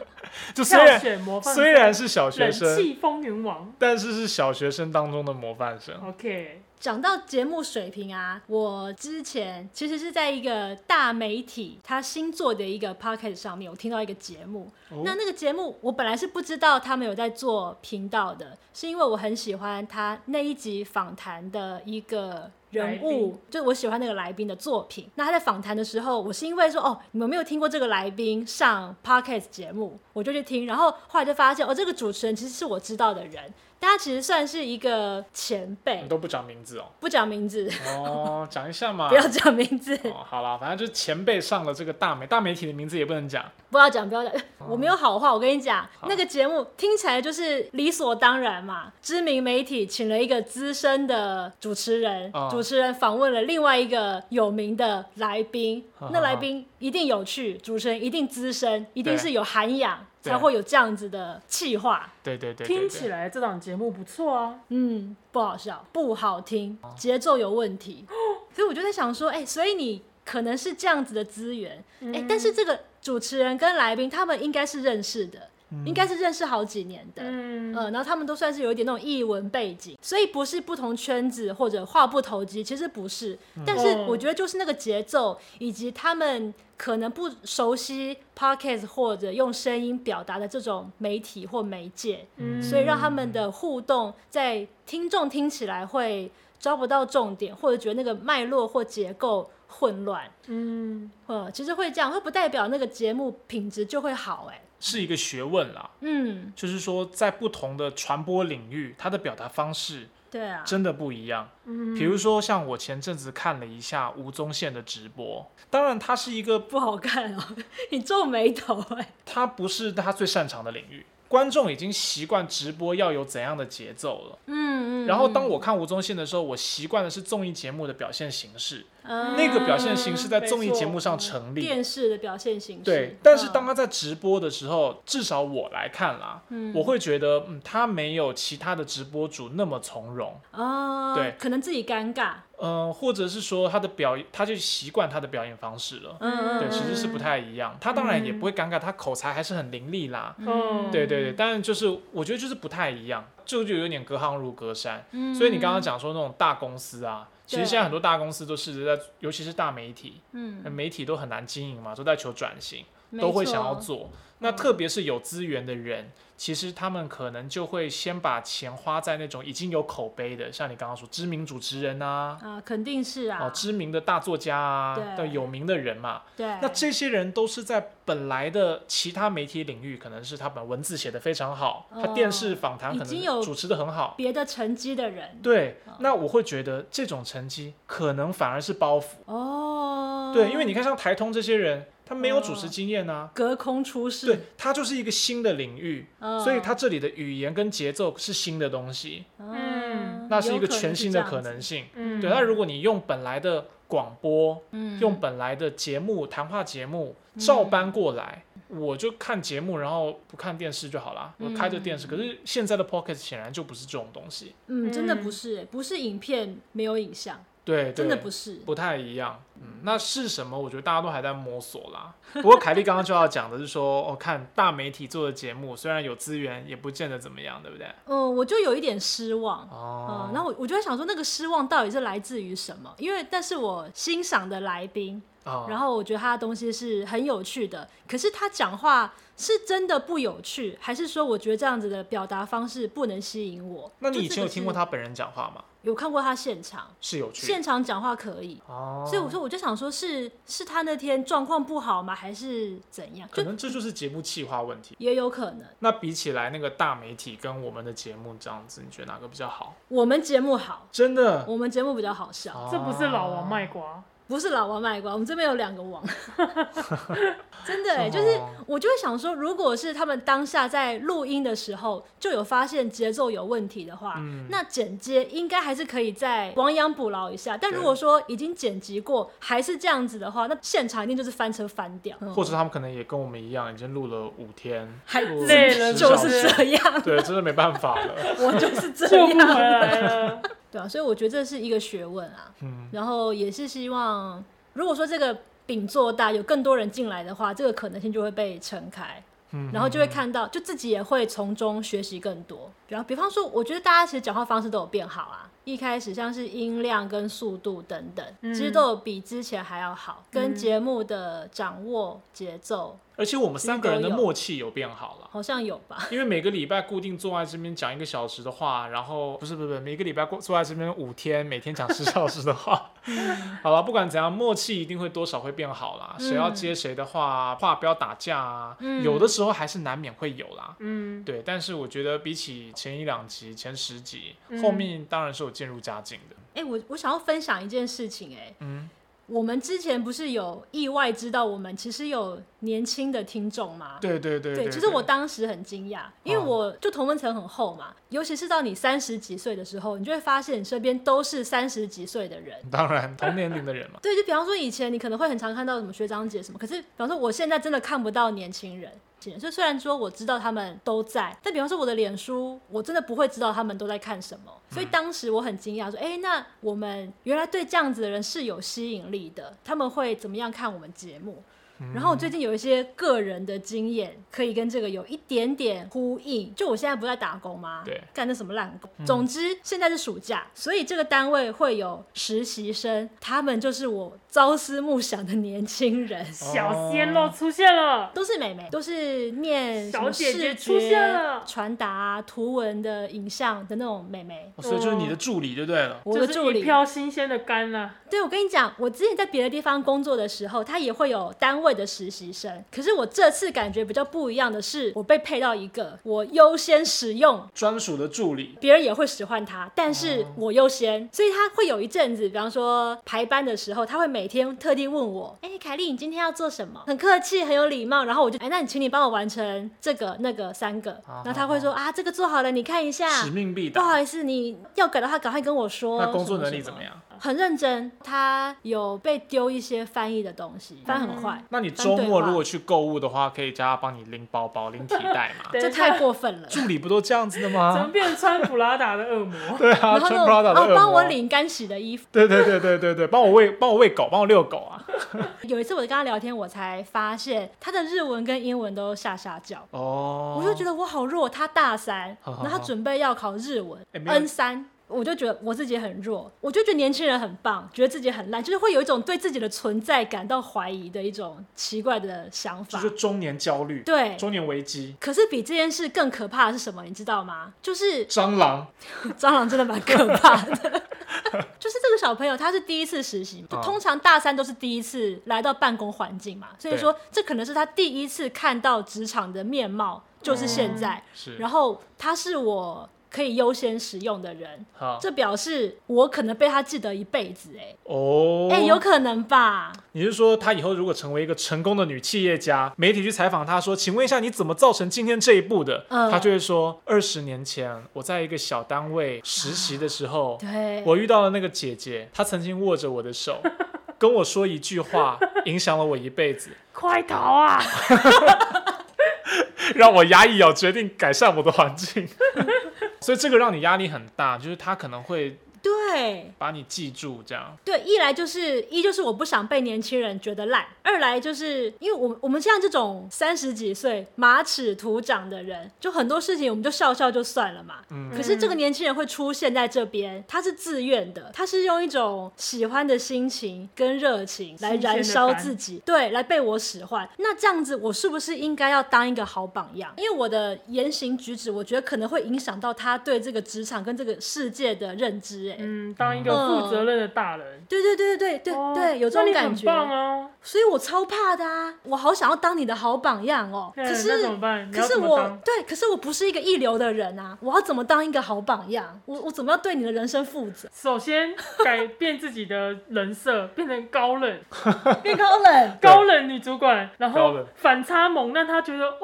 A: 就虽
C: 票
A: 然
C: 选模范，
A: 虽然是小学
C: 人
A: 生，
C: 气风云王
A: 但是是小学生当中的模范生。
C: ，OK，
B: 讲到节目水平啊，我之前其实是在一个大媒体他新做的一个 p o c k e t 上面，我听到一个节目。
A: 哦
B: 那那个节目我本来是不知道他们有在做频道的，是因为我很喜欢他那一集访谈的一个。人
C: 来
B: 物
C: 宾
B: 就是我喜欢那个来宾的作品。那他在访谈的时候，我是因为说哦，你们没有听过这个来宾上 podcast 节目，我就去听。然后后来就发现哦，这个主持人其实是我知道的人，但他其实算是一个前辈
A: 你，都不讲名字哦？
B: 不讲名字，
A: 哦，讲一下嘛。
B: 不要讲名字，
A: 哦，好啦，反正就是前辈上了这个大媒大媒体的名字也不能讲，
B: 不要讲，不要讲。我没有好话，我跟你讲，
A: 哦好
B: 那个节目听起来就是理所当然嘛。知名媒体请了一个资深的主持人，
A: 嗯
B: 主主持人访问了另外一个有名的来宾，那来宾一定有趣，主持人一定资深，一定
A: 对
B: 是有涵养，
A: 对
B: 才会有这样子的气话。
A: 对对对对
C: 听
A: 对
C: 起来这档节目不错啊，
B: 嗯，不好笑，不好听，节奏有问题。 *gasps* 所以我就在想说，哎、所以你可能是这样子的资源，哎、但是这个主持人跟来宾他们应该是认识的，
A: 嗯
B: 应该是认识好几年的。
C: 嗯，
B: 呃，然后他们都算是有一点那种译文背景，所以不是不同圈子或者话不投机，其实不是。但是我觉得就是那个节奏，以及他们可能不熟悉 podcast 或者用声音表达的这种媒体或媒介，
C: 嗯
B: 所以让他们的互动在听众听起来会抓不到重点，或者觉得那个脉络或结构混乱。
C: 嗯，
B: 呃，其实会这样，会不代表那个节目品质就会好、哎，
A: 是一个学问啦。
B: 嗯，
A: 就是说，在不同的传播领域，它的表达方式
B: 对啊，
A: 真的不一样。
C: 嗯
A: 比如说，像我前阵子看了一下吴宗宪的直播，当然他是一个
B: 不好看哦， *laughs* 你皱眉头哎、
A: 他不是他最擅长的领域。观众已经习惯直播要有怎样的节奏了。
B: 嗯，嗯
A: 然后当我看吴宗宪的时候，我习惯的是综艺节目的表现形式，
B: 嗯
A: 那个表现形式在
C: 没
A: 综艺
C: 错
A: 节目上成立。
B: 呃电视的表现形式，
A: 对，但是
B: 嗯
A: 当他在直播的时候，至少我来看啦，
B: 嗯
A: 我会觉得，嗯，他没有其他的直播主那么从容，
B: 哦，
A: 对
B: 可能自己尴尬，
A: 呃，或者是说他的表演，他就习惯他的表演方式了，
B: 嗯，
A: 对，
B: 嗯
A: 其实是不太一样。他当然也不会尴尬，他口才还是很伶俐啦，
C: 嗯
A: 对对对，但就是我觉得就是不太一样，就就有点隔行如隔山。
B: 嗯
A: 所以你刚刚讲说那种大公司啊，其实
B: 对
A: 现在很多大公司都试着在，尤其是大媒体，
B: 嗯，
A: 媒体都很难经营嘛，都在求转型。
B: 没
A: 都会
B: 错嗯
A: 想要，做。那特别是有资源的人，其实他们可能就会先把钱花在那种已经有口碑的，像你刚刚说知名主持人啊，
B: 啊，肯定是啊，
A: 哦，知名的大作家啊，
B: 对
A: 的有名的人嘛。
B: 对，
A: 那这些人都是在本来的其他媒体领域，可能是他把文字写得非常好，他电视访谈
B: 嗯已
A: 可
B: 经有嗯
A: 能主持得很好。
B: 别的成绩的人，
A: 对，那我会觉得这种成绩可能反而是包袱。
B: 哦，
A: 对，因为你看像台通这些人，他没有主持
B: 嗯
C: 哦
A: 经验啊，
B: 隔空出世，
A: 对，它就是一个新的领域，
B: 嗯
A: 所以它这里的语言跟节奏是新的东西，
B: 嗯，
A: 那是一个
B: 有可能
A: 全新的
B: 这样
A: 可
B: 子
A: 能，性。
C: 嗯
A: 对，那如果你用本来的广播，
B: 嗯，
A: 用本来的节目、谈话节目照搬过来，我就看节目，然后不看电视就好啦，
B: 嗯
A: 我开着电视。可是现在的 Pocket 显然就不是这种东西，
B: 嗯，真的
C: 嗯
B: 不是，不是影片没有影像，
A: 对，
B: 真的
A: 对
B: 不是，
A: 不太一样。嗯，那是什么？我觉得大家都还在摸索啦。 *laughs* 不过凯莉刚刚就要讲的是说，哦，看大媒体做的节目，虽然有资源，也不见得怎么样，对不对？
B: 嗯，我就有一点失望，
A: 哦，
B: 嗯，那我我就在想说，那个失望到底是来自于什么？因为但是我欣赏的来宾，
A: 啊，
B: 然后我觉得他的东西是很有趣的，可是他讲话是真的不有趣，还是说我觉得这样子的表达方式不能吸引我？
A: 那你
B: 就
A: 以
B: 这
A: 前有
B: 个
A: 听过
B: 是？
A: 他本人讲话吗？
B: 有看过他现场，
A: 是有趣
B: 现
A: 的
B: 场讲话可以。
A: 哦，
B: 所以我说，我就想说是，是他那天状况不好吗？还是怎样？
A: 可
B: 就
A: 能这就是节目企划问题。
B: 也有可能，
A: 那比起来，那个大媒体跟我们的节目这样子，你觉得哪个比较好？
B: 我们节目好，
A: 真的，
B: 我们节目比较好笑，
C: 这不是老
A: 哦
C: 王卖瓜，
B: 不是老王卖瓜，我们这边有两
A: *laughs*
B: 个王，真的、欸，就是
A: 哦
B: 我就会想说，如果是他们当下在录音的时候就有发现节奏有问题的话，
A: 嗯
B: 那剪接应该还是可以再亡羊补牢一下。但
A: 对
B: 如果说已经剪辑过还是这样子的话，那现场一定就是翻车翻掉，嗯
A: 或者他们可能也跟我们一样，已经录了五天，
B: 还
A: 录
C: 累了
A: 10
B: 就
A: 小
C: 是
A: 时
B: 是这样，
A: 对，真的没办法了。
C: *laughs*
B: 我就是这
C: 救不回
B: 样，
A: *laughs*
C: 来了。
B: 对啊，所以我觉得这是一个学问啊。
A: 嗯，
B: 然后也是希望，如果说这个饼做大，有更多人进来的话，这个可能性就会被撑开。
A: 嗯
B: 然后就会看到，就自己也会从中学习更多。然后，比方说，我觉得大家其实讲话方式都有变好啊。一开始像是音量跟速度等等，
C: 嗯
B: 其实都有比之前还要好，跟
C: 嗯
B: 节目的掌握节奏
A: 而且我们三个人的
B: 其实都有
A: 默契有变好了。
B: 好像有吧？
A: 因为每个礼拜固定坐在这边讲一个小时的话，然后不是不是不是每个礼拜过坐在这边五天，每天讲十小时的 *laughs* 话，好了，不管怎样，默契一定会多少会变好啦。谁要接谁的话，话不要打架啊，
B: 嗯
A: 有的时候还是难免会有啦。
C: 嗯，
A: 对，但是我觉得比起前一两集、前十集，
C: 嗯
A: 后面当然是有渐入佳境的。
B: 哎、我我想要分享一件事情、哎，
A: 嗯，
B: 我们之前不是有意外知道我们其实有年轻的听众吗？
A: 对对对嗯
B: 对，其实我当时很惊讶，因为我就同温层很厚嘛，尤其是到你三十几岁的时候，你就会发现你身边都是三十几岁的人。，
A: 当然同年龄的人 *laughs* 嘛
B: 对，就比方说以前你可能会很常看到什么学长姐什么，可是比方说我现在真的看不到年轻人。所以虽然说我知道他们都在，但比方说我的脸书，我真的不会知道他们都在看什么。所以当时我很惊讶，说：“哎、那我们原来对这样子的人是有吸引力的，他们会怎么样看我们节目？”
A: 嗯
B: 然后我最近有一些个人的经验，可以跟这个有一点点呼应。就我现在不是在打工吗？
A: 对
B: 干那什么烂
C: 嗯
B: 工。总之，现在是暑假，所以这个单位会有实习生，他们就是我朝思暮想的年轻人，
C: 小鲜肉出现了，
B: 都是美眉，都是念什么
C: 小姐姐
B: 视觉
C: 出现了
B: 传达啊、图文的影像的那种美眉。
A: 哦所以就是你的助理就对了。
B: 我
C: 就
B: 的
C: 是
B: 助
C: 一
B: 理，
C: 票新鲜的啊干啦、？
B: 对，我跟你讲，我之前在别的地方工作的时候，他也会有单位的实习生。可是我这次感觉比较不一样的是，我被配到一个我优先使用，
A: 专属的助理，
B: 别人也会使唤他，但
A: 哦
B: 是我优先，所以他会有一阵子，比方说排班的时候，他会每天特地问我：“哎、凯莉，你今天要做什么？”很客气，很有礼貌。然后我就：“哎、那你请你帮我完成这个、那个、三个。”然后他会说：“啊，这个做好了，你看一下。”
A: 使命必
B: 不
A: 达。
B: 好意思，你要改的话，赶快跟我说。
A: 那工作
B: 什么
A: 能力
B: 什
A: 怎么样？
B: 很认真，他有被丢一些翻译的东
A: 嗯
B: 西，翻很快，
A: 那你周末
B: 翻对话
A: 如果去购物的话，可以叫他帮你拎包包、拎提袋嘛
B: *laughs* 啊
C: 等
B: 这
C: 一下
B: 太过分
A: *laughs*
B: 了。
A: 助理不都这样子的
C: 怎么
A: 吗？
C: 变穿普拉达的恶魔？
A: *laughs* 对啊，
B: 然后
A: 穿
B: 那
A: Prada
B: 种
A: 的恶魔
B: 哦，帮我领干洗的衣服。
A: 对对对对对对，帮我喂帮我喂狗，帮我遛狗啊！
B: 有一次我跟他聊天，我才发现他的日文跟英文都下下叫。
A: 哦，
B: *laughs* 我就觉得我好弱，他大三，
A: 好
B: 然
A: 好
B: 后他
A: 好
B: 准备要考日文
A: 哎没有
B: N 三，我就觉得我自己很弱，我就觉得年轻人很棒，觉得自己很烂，就是会有一种对自己的存在感到怀疑的一种奇怪的想
A: 这
B: 法
A: 就。是中年焦虑，
B: 对，
A: 中年危机，
B: 可是比这件事更可怕的是什么？你知道吗？就是
A: 蟑螂，
B: 蟑螂真的蛮可怕的。
A: *laughs*
B: 就是这个小朋友，他是第一次实习嘛，就
A: 哦
B: 通常大三都是第一次来到办公环境嘛，所以
A: 对
B: 说这可能是他第一次看到职场的面貌，就是现在。
A: 哦是，
B: 然后他是我可以优先使用的人，
A: 好
B: 这表示我可能被他记得一辈子、欸，
A: 哦，
B: 哎、有可能吧？
A: 你是说她以后如果成为一个成功的女企业家，媒体去采访她说：“请问一下，你怎么造成今天这一步的？”
B: 嗯
A: 她就会说：“二十年前，我在一个小单位实习的时候，
B: 对，
A: 我遇到了那个姐姐，她曾经握着我的手， *laughs* 跟我说一句话，影响了我一辈子， *laughs*
C: 快
B: *laughs*
C: 逃啊！
A: 让我牙一咬，决定改善我的环境。 *laughs* 所以这个让你压力很大，就是她可能会
B: 对。
A: 把你记住，这样
B: 对，一来就是一就是我不想被年轻人觉得烂，二来就是因为我们我们像这种三十几岁马齿徒长的人，就很多事情我们就笑笑就算了嘛。
A: 嗯
B: 可是这个年轻人会出现在这边，他是自愿的，他是用一种喜欢的心情跟热情来
C: 新鲜的
B: 燃烧
C: 感
B: 自己，对，来被我使唤。那这样子，我是不是应该要当一个好榜样？因为我的言行举止，我觉得可能会影响到他对这个职场跟这个世界的认知、哎、
C: 嗯，当一个负责任的大人。
B: 对对对对对对、
C: 哦
B: 对，有这
C: 那
B: 种
C: 你
B: 感
C: 很
B: 觉，
C: 棒哦。
B: 所以我超怕的啊！我好想要当你的好榜样哦，
C: 对
B: 可
C: 那
B: 是
C: 怎么办你
B: 可
C: 要
B: 是
C: 怎么
B: 我
C: 当？
B: 对，可是我不是一个一流的人啊！我要怎么当一个好榜样？我我怎么要对你的人生负责
C: *laughs* 首先改变自己的
B: *laughs*
C: 人设，变成高冷
B: 变高冷，
C: 高冷女主管，然
A: 高
C: 后
A: 冷
C: 反差萌，让她觉得哦，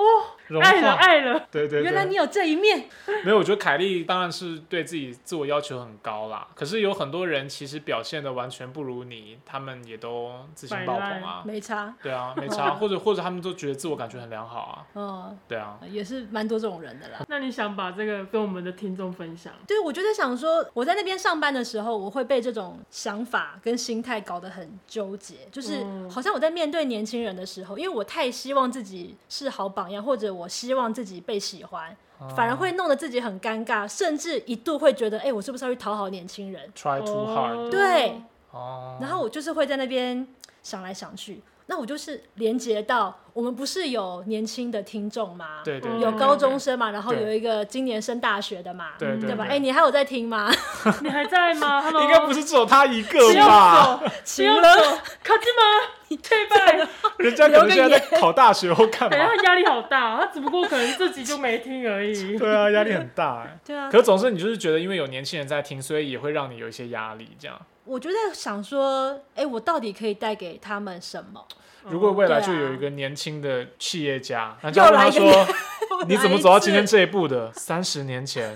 A: 融化
C: 爱了爱了。
A: 对对对，
B: 原来你有这一面，
A: 没有，我觉得凯莉当然是对自己自我要求很高啦。可是有很多人其实表现的完全不如你，他们也都自信爆棚啊。
B: 没差，
A: 对
B: *laughs*
A: 啊，没差，或者或者他们都觉得自我感觉很良好啊。
B: 嗯，
A: 对啊，
B: 也是蛮多这种人的啦。
C: 那你想把这个跟我们的听众分享？
B: 对，我就在想说，我在那边上班的时候，我会被这种想法跟心态搞得很纠结，就是
C: 嗯
B: 好像我在面对年轻人的时候，因为我太希望自己是好榜样，或者我希望自己被喜欢，
A: 嗯哦
B: 反而会弄得自己很尴尬，甚至一度会觉得，哎、我是不是要去讨好年轻人？
A: try too hard。
B: 对，
A: 哦，
B: 然后我就是会在那边想来想去，那我就是连接到我们不是有年轻的听众吗？
A: 对对，
C: 嗯
A: 对
B: 有
A: 对
B: 高
A: 对
B: 中生嘛，然后
A: 对
B: 有一个今年升大学的嘛，
A: 对对
C: 嗯
A: 对
B: 吧？哎、你还有在听吗？ *laughs*
C: 你还在
A: *laughs*
C: 吗？Hello，
A: 应该不
C: 是
A: 是只有他一
C: 不
A: 个
C: 要
A: 吧？
C: 走，不
B: 行
C: 要
B: 了，
C: 走，卡进吗？你退拜。
A: 人家可能现在在考大学或
B: *laughs*
A: 干
C: 等一下
B: 啊
A: 嘛？
C: 他压力好大，他只不过可能自己就没听而已。
A: 对啊，压力很大哎。
B: 对啊，
A: 可总之，你就是觉得因为有年轻人在听，所以也会让你有一些压力。这样，
B: 我就在想说，哎、我到底可以带给他们什么？
A: *laughs* 如果未来就
B: 对啊
A: 有一个年轻的企业家，那就
B: 又
A: 要问
B: 来
A: 他
B: 一个
A: 说：“
B: 我
A: 你怎么
B: 来
A: 走到
B: 自
A: 今
B: *laughs*
A: 天这一步的？三十年前，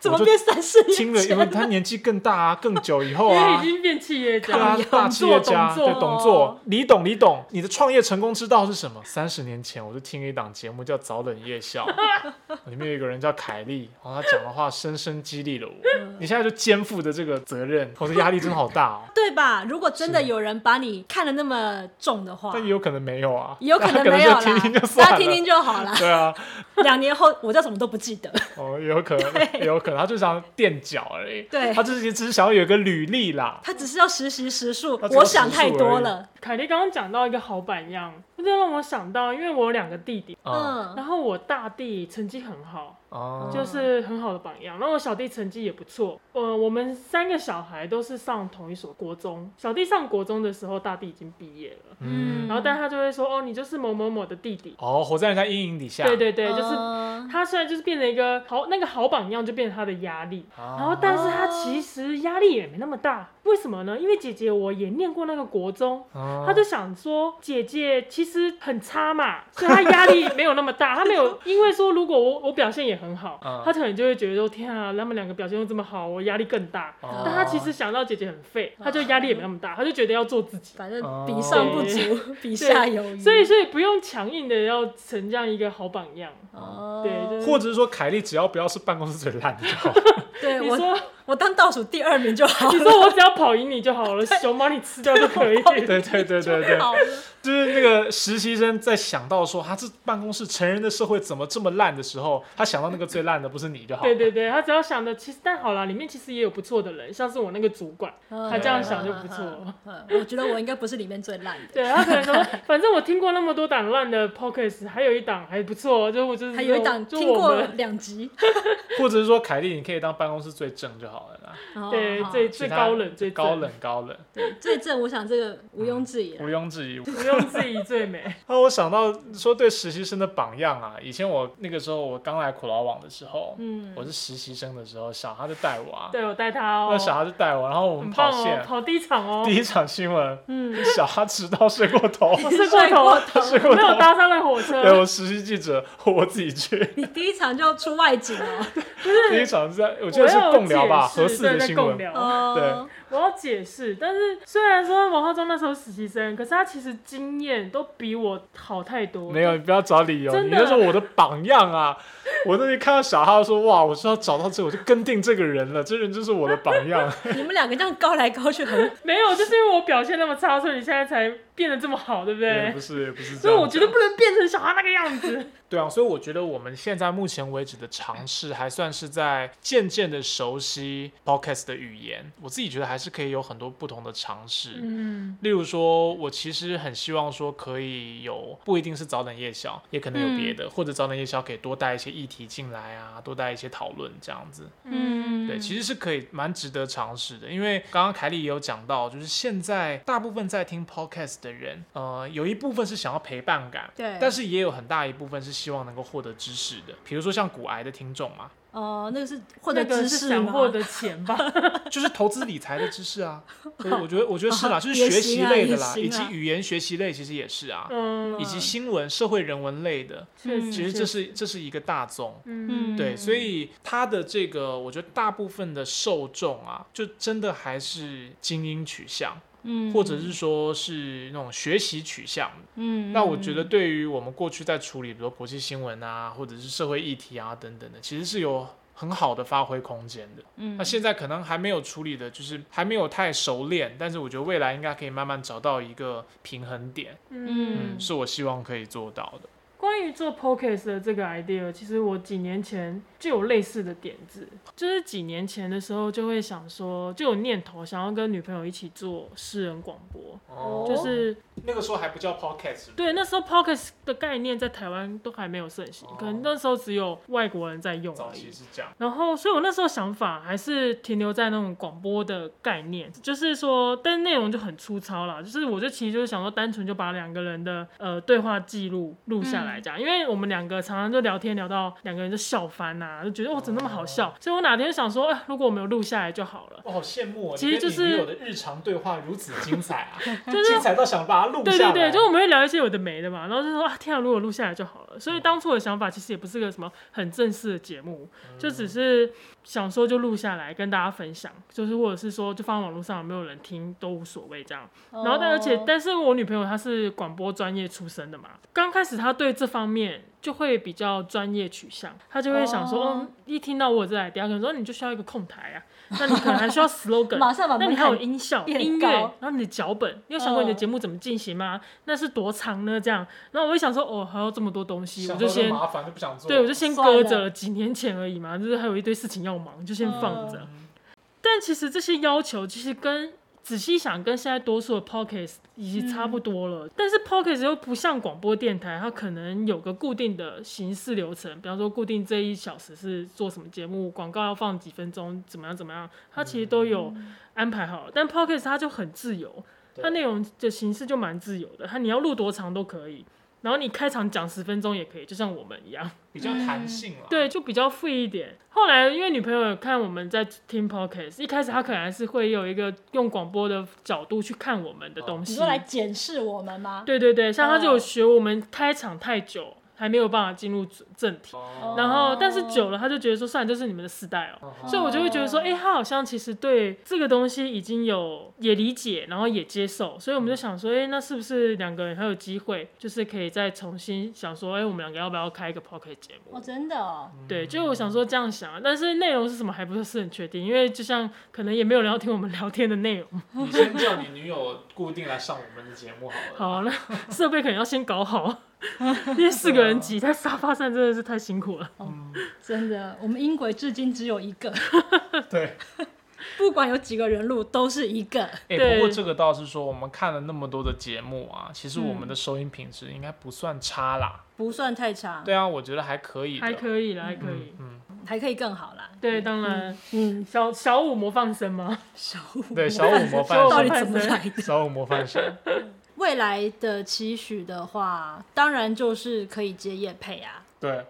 B: 怎么
A: 我就
B: 变三十年
A: 听了，因为他年纪更大啊，更久以后
C: 因为
A: 啊
B: *laughs*
C: 已，经变企业
A: 对啊
C: 家，，
A: 大
C: 懂
A: 企业
C: 做
A: 家，
C: 懂
A: 对，
C: 做，
A: 懂
B: 哦
A: 做，李董，李董，你的创业成功之道是什么？三十年前，我就听一档节目叫《早冷夜宵》，
B: *laughs*
A: 里面有一个人叫凯莉，然后他讲的话深深激励了我。
B: 嗯
A: 你现在就肩负着这个责任，我的压力真的好大
B: *laughs*
A: 哦。
B: 对吧？如果真的
A: 是
B: 有人把你看得那么重的话，
A: 但也有可能没有啊，
B: *laughs* 也有可
A: 大家
B: 能
A: 可能
B: 没有
A: 就
B: 啦，
A: 听听就
B: 大
A: 算
B: 家
A: 了。
B: 听听就好
A: *laughs*
B: 啦。
A: 对
B: *laughs*
A: 啊，
B: 两年后，我叫什么都不记得。
A: 哦，也有可能，也有可能，他就想垫脚而已。
B: 对
A: 他就是只是想要有一个履历啦。
B: 他只是要实习实数，
A: 他只要
B: 我想太多了。
C: 凯莉刚刚讲到一个好榜样，这让我想到，因为我有两个弟弟，
A: 嗯，
B: 嗯，
C: 然后我大弟成绩很好，
A: 哦，
C: 就是很好的榜样。然后我小弟成绩也不错，呃，我们三个小孩都是上同一所国中。小弟上国中的时候，大弟已经毕业了，
A: 嗯，
B: 嗯
C: 然后但他就会说，哦，你就是某某某的弟弟。
A: 哦，活在人家阴影底下。
C: 对对对，就是
B: 嗯
C: 他虽然就是变成一个好那个好榜样，就变成他的压力。
A: 啊。
C: 然后，但是他其实压力也没那么大，为什么呢？因为姐姐我也念过那个国中，
A: 哦
C: 他就想说姐姐其实很差嘛，所以他压力没有那么大。他
B: *laughs*
C: 没有因为说如果我我表现也很好
A: 嗯，
C: 他可能就会觉得说天啊，他们两个表现又这么好，我压力更大。
A: 哦
C: 但他其实想到姐姐很废，他就压力也没那么大，他就觉得要做自己。
B: 反正
A: 哦
B: 比上不足，比下有余。
C: 所以，所以不用强硬的要成这样一个好榜样。
B: 哦，
C: 对，就是
A: 或者是说凯莉只要不要是办公室最烂就
C: *laughs*
A: 好。
B: 对 *laughs*
C: 你
B: 我
C: 说
B: 我当倒数第二名就好
C: 你
B: 了。
C: 说我只要跑赢你就好了，熊把你吃掉就
B: *laughs*
C: 可以。
A: 对对对对对，
B: 好了，
A: 就是那个实习生在想到说他啊这办公室成人的社会怎么这么烂的时候，他想到那个最烂的不是你就好。
C: 对对对，他只要想的其实但好啦，里面其实也有不错的人，像是我那个主管，
B: 他
C: 他这样想就不错。
B: 嗯我觉得我应该不是里面最烂的，
C: 对他可能说，反正我听过那么多档烂的 podcast，还有一档还不错，哦就我就是
B: 还有一档
C: 就
B: 听
C: 我
B: 过
C: 们
B: 两
C: *laughs*
B: 集。
A: 或者是说凯莉，你可以当办公室最正就好了啦。
B: 哦
C: 对
B: 好
C: 最
A: 其
C: 最
A: 他
C: 高冷最
A: 高
C: 正
A: 冷高冷，
B: 最正，我想这个毋庸置疑
C: 啊
A: 毋
C: 嗯
B: 了。
A: 庸置疑。 *laughs*
C: 不用质疑最美。
A: 那我想到说对实习生的榜样啊，以前我那个时候我刚来苦劳网的时候，
B: 嗯
A: 我是实习生的时候，小哈就带我啊，
C: 对我带他哦
A: 那，小哈就带我，然后我们
C: 很
A: 跑
C: 棒哦
A: 线，，
C: 跑第一场哦
A: *laughs* 第，一场新闻，
B: 嗯，
A: 小哈迟到睡过头，
C: *laughs* 我睡过头啊，
A: 睡
C: *laughs* 我
A: 过
C: 没有
A: 头。
C: 搭上那火
A: 对，
C: 车，
A: 我实习记者，我自己去。
B: 你第一场就要出外景
C: *laughs*
B: 哦。
A: 第一场是在，我
C: 我
A: 记得是
C: 要
A: 共聊吧，
C: 解
A: 合
C: 释
A: 适
C: 对
A: 的
C: 在
A: 新
C: 共
A: 闻。
C: 聊。
B: 哦，
C: 我要解释，但是虽然说王浩中那时候实习生，可是他其实经验都比我好太多。
A: 没有，你不要找理由，
C: 真
A: 你
C: 的
A: 那是我的榜样啊！我那里看到小哈说，哇，我说要找到这个，我就跟定这个人了，这人就是我的榜样。
B: 你们两个这样高来高去很
C: 没有，就是因为我表现那么差，所以你现在才变得这么 *laughs* 好，对不
A: 也
C: 对
A: 不？是，也不是这
C: 所以
A: 样。
C: 我觉得不能变成小孩那个样
B: *laughs*
C: 子。
A: 对啊，所以我觉得我们现在目前为止的尝试，还算是在渐渐的熟悉 podcast 的语言。我自己觉得还是可以有很多不同的尝试。
C: 嗯，
A: 例如说，我其实很希望说可以有，不一定是早等夜宵，也可能有别的，
B: 嗯
A: 或者早等夜宵可以多带一些议题进来啊，多带一些讨论这样子。
C: 嗯，
A: 对，其实是可以蛮值得尝试的，因为刚刚凯莉也有讲到，就是现在大部分在听 podcast 的人，呃，有一部分是想要陪伴感。
B: 对，
A: 但是也有很大一部分是希望能够获得知识的，比如说像骨癌的听众
B: *laughs*
A: 嘛，
B: 哦，那个是获
C: 那
B: 得知
C: 个是
B: 识
C: 想
B: 吗？
C: 获得钱吧？
A: 就是投资理财的知识啊。所以我觉得，我觉得是啦，就是
B: 也
A: 学习
B: 行啊
A: 类的
B: 也
A: 啦，
B: 行
A: 以及
B: 啊
A: 语言学习类其实也是啊。
C: *laughs* 嗯
A: 以，及新闻、社会人文类的，
C: 确
B: 嗯
C: 实，
A: 其实这是这是一个大宗。
C: 嗯，
A: 对，所以它的这个，我觉得大部分的受众啊，就真的还是精英取向，
B: 嗯，
A: 或者是说是那种学习取向。
B: 嗯，
A: 那我觉得对于我们过去在处理，比如说国际新闻啊，或者是社会议题啊等等的，其实是有很好的发挥空间的。
B: 嗯，
A: 那现在可能还没有处理的，就是还没有太熟练，但是我觉得未来应该可以慢慢找到一个平衡点，
C: 嗯
B: 嗯，
A: 是我希望可以做到的。
C: 关于做 podcast 的这个 idea，其实我几年前就有类似的点子，就是几年前的时候就会想说，就有念头想要跟女朋友一起做私人广播，
B: 哦
C: 就是
A: 那个时候还不叫 podcast，
C: 对，那时候 Pocket 的概念在台湾都还没有盛行，可能那时候只有外国人在用
A: 早
C: 而已
A: 期。是这样。
C: 然后，所以我那时候想法还是停留在那种广播的概念，就是说，但内容就很粗糙啦。就是我就其实就是想说，单纯就把两个人的呃对话记录录下来这样，因为我们两个常常就聊天聊到两个人就笑翻呐、就觉得哦怎么那么好笑。所以我哪天想说，哎，如果我们有录下来就好
A: *laughs*
C: 了。
A: 我好羡慕哦，
C: 其实
A: 你跟
C: 就是
A: 你女友的日常对话如此精彩啊，
C: *laughs* 就是
A: 精彩到想把它录
C: 对
A: 下
C: 对
A: 来。
C: 对，就我们会聊一些有的没的嘛，然后就说啊，天啊，如果录下来就好了。所以当初我的想法其实也不是个什么很正式的节目，
A: 嗯
C: 就只是想说就录下来跟大家分享，就是或者是说就放在网络上有没有人听都无所谓这样。然后但而且
B: 哦
C: 但是我女朋友她是广播专业出身的嘛，刚开始她对这方面。就会比较专业取向，她就会想说，
B: 哦
C: 嗯，一听到我有这来，第二个人说你就需要一个控台啊，那你可能还
A: *laughs*
C: 需要 slogan，啊
B: 马上把
C: 那
B: 哦门
C: 你还有
B: 槛
C: 音效、
B: 也很
C: 音乐
B: 高，哦
C: 然后你的脚本，你有想过你的节目怎么进行吗？那是多长呢？这样，然后我就想说，哦，还有这么多东西，我
A: 想
C: 就
A: 到就
C: 先，
A: 麻烦就不想做。
C: 对我就先
B: 算了
C: 搁着了，几年前而已嘛，就是还有一堆事情要忙，就先放着。
A: 嗯
C: 但其实这些要求其实跟仔细想，跟现在多数的 podcast 已经差不多了。但是 podcast 又不像广播电台，它可能有个固定的形式流程，比方说固定这一小时是做什么节目，广告要放几分钟，怎么样怎么样，它其实都有安排好了。但 podcast 它就很自由，
A: 对
C: 它内容的形式就蛮自由的，它你要录多长都可以。然后你开场讲十分钟也可以，就像我们一样。
A: 比较弹性了。
C: 对，就比较富一点。后来因为女朋友有看我们在听 podcast，一开始她可能还是会有一个用广播的角度去看我们的
B: 哦
C: 东
B: 你
C: 西。
B: 说来检视我们吗？
C: 对对对，像她就有
B: 哦
C: 学我们开场太久，还没有办法进入主正题。
A: 哦，
C: 然后，但是
B: 哦
C: 久了，她就觉得说，算了，这是你们的时代哦。
A: 嗯
C: 所以我就会觉得说，
B: 哦
C: 哎、他好像其实对这个东西已经有也理解，然后也接受，所以我
B: 嗯
C: 们就想说，哎、那是不是两个人还有机会，就是可以再重新想说，哎、我们两个要不要开一个 p o c k e t 节目
B: 哦，？真的哦，
C: 对，就我想说这样想啊，但是内容是什么还不是很确定，因为就像可能也没有人要听我们聊天的内容。
A: 你先叫你女友固定来上我们的节目好了。
C: 好，那 *laughs* 设备可能要先搞好，因为四个人挤在沙发上真的是太辛苦了。
B: 真的，我们音轨至今只有一
C: *laughs*
B: 个，
A: *laughs* 对，
B: 不管有几个人录都是一个。
A: 哎、
C: 对
A: 不过这个倒是说，我们看了那么多的节目啊，其实我们的
C: 嗯
A: 收音品质应该不算差啦。
B: 不算太长，
A: 对啊，我觉得还可以的。
C: 还可以啦，还可以。
A: 嗯，
B: 还可以更好啦。
C: 对，当然，
B: 嗯，
C: 小小五模范生吗？
B: 小五 *laughs*
A: 对小五模范
C: *laughs* 生
B: 到底怎么来的？
A: 小五模范生，
B: 未来的期许的话，当然就是可以接业配啊。
A: 对，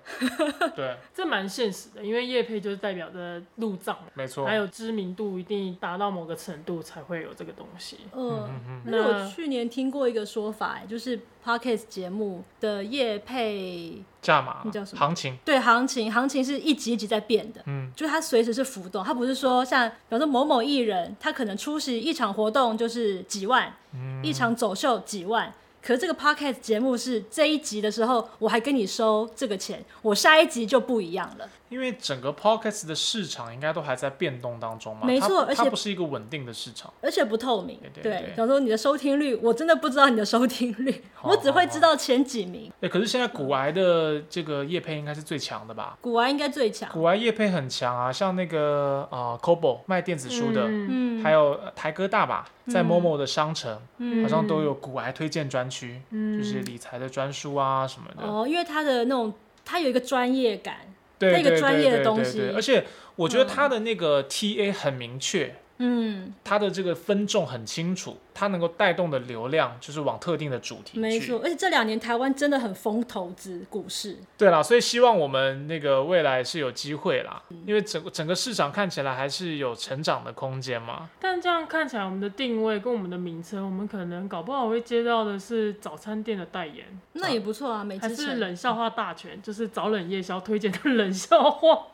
A: 对，
C: 这蛮现实的，因为叶配就是代表着入账，
A: 没错。
C: 还有知名度一定达到某个程度才会有这个东西。
B: 呃，
A: 嗯嗯
B: 但是我
C: 那
B: 去年听过一个说法，哎就是 podcast 节目的业配
A: 价码
B: 那叫什么
A: 行情，
B: 对行情，行情是一集一集在变的。
A: 嗯，
B: 就是它随时是浮动，它不是说像比方说某某艺人，他可能出席一场活动就是几万，
A: 嗯
B: 一场走秀几万。可是这个 podcast 节目是这一集的时候，我还跟你收这个钱，我下一集就不一样了。
A: 因为整个 p o c k e t 的市场应该都还在变动当中嘛，
B: 没错
A: 它
B: 而
A: 它
B: 且
A: 不是一个稳定的市场。
B: 而且不透明。
A: 对对对
B: 对，假如说你的收听率，我真的不知道你的收听率，
A: 好
B: 我只会知道前几名。
A: 哎，可是现在古癌的这个业配应该是最强的吧？
B: 古玩应该最强。
A: 古癌业配很强啊，像那个啊 c o b o 卖电子书的，
C: 嗯
B: 嗯，
A: 还有呃台哥大吧，在
B: 嗯
A: Momo 的商城、
B: 嗯
A: 好像都有古癌推荐专区，
C: 嗯
A: 就是理财的专书啊什么的。
B: 哦，因为他的那种，他有一个专业感。
A: 对
B: 那个
A: 对
B: 专
A: 对
B: 业的
A: 对
B: 东
A: 对
B: 西
A: 对而且我觉得他的那个 TA 很明确，
B: 嗯，
A: 它的这个分众很清楚，它能够带动的流量就是往特定的主题去。
B: 嗯没错。而且这两年台湾真的很疯投资股市，
A: 对啦，所以希望我们那个未来是有机会啦，因为整个整个市场看起来还是有成长的空间
C: *laughs*
A: 嘛。
C: 但这样看起来，我们的定位跟我们的名称，我们可能搞不好会接到的是早餐店的代言，
B: 那也不错啊，美
C: 还
B: 之
C: 是
B: 城。
C: 冷笑话大全，就是早冷夜宵推荐的冷笑话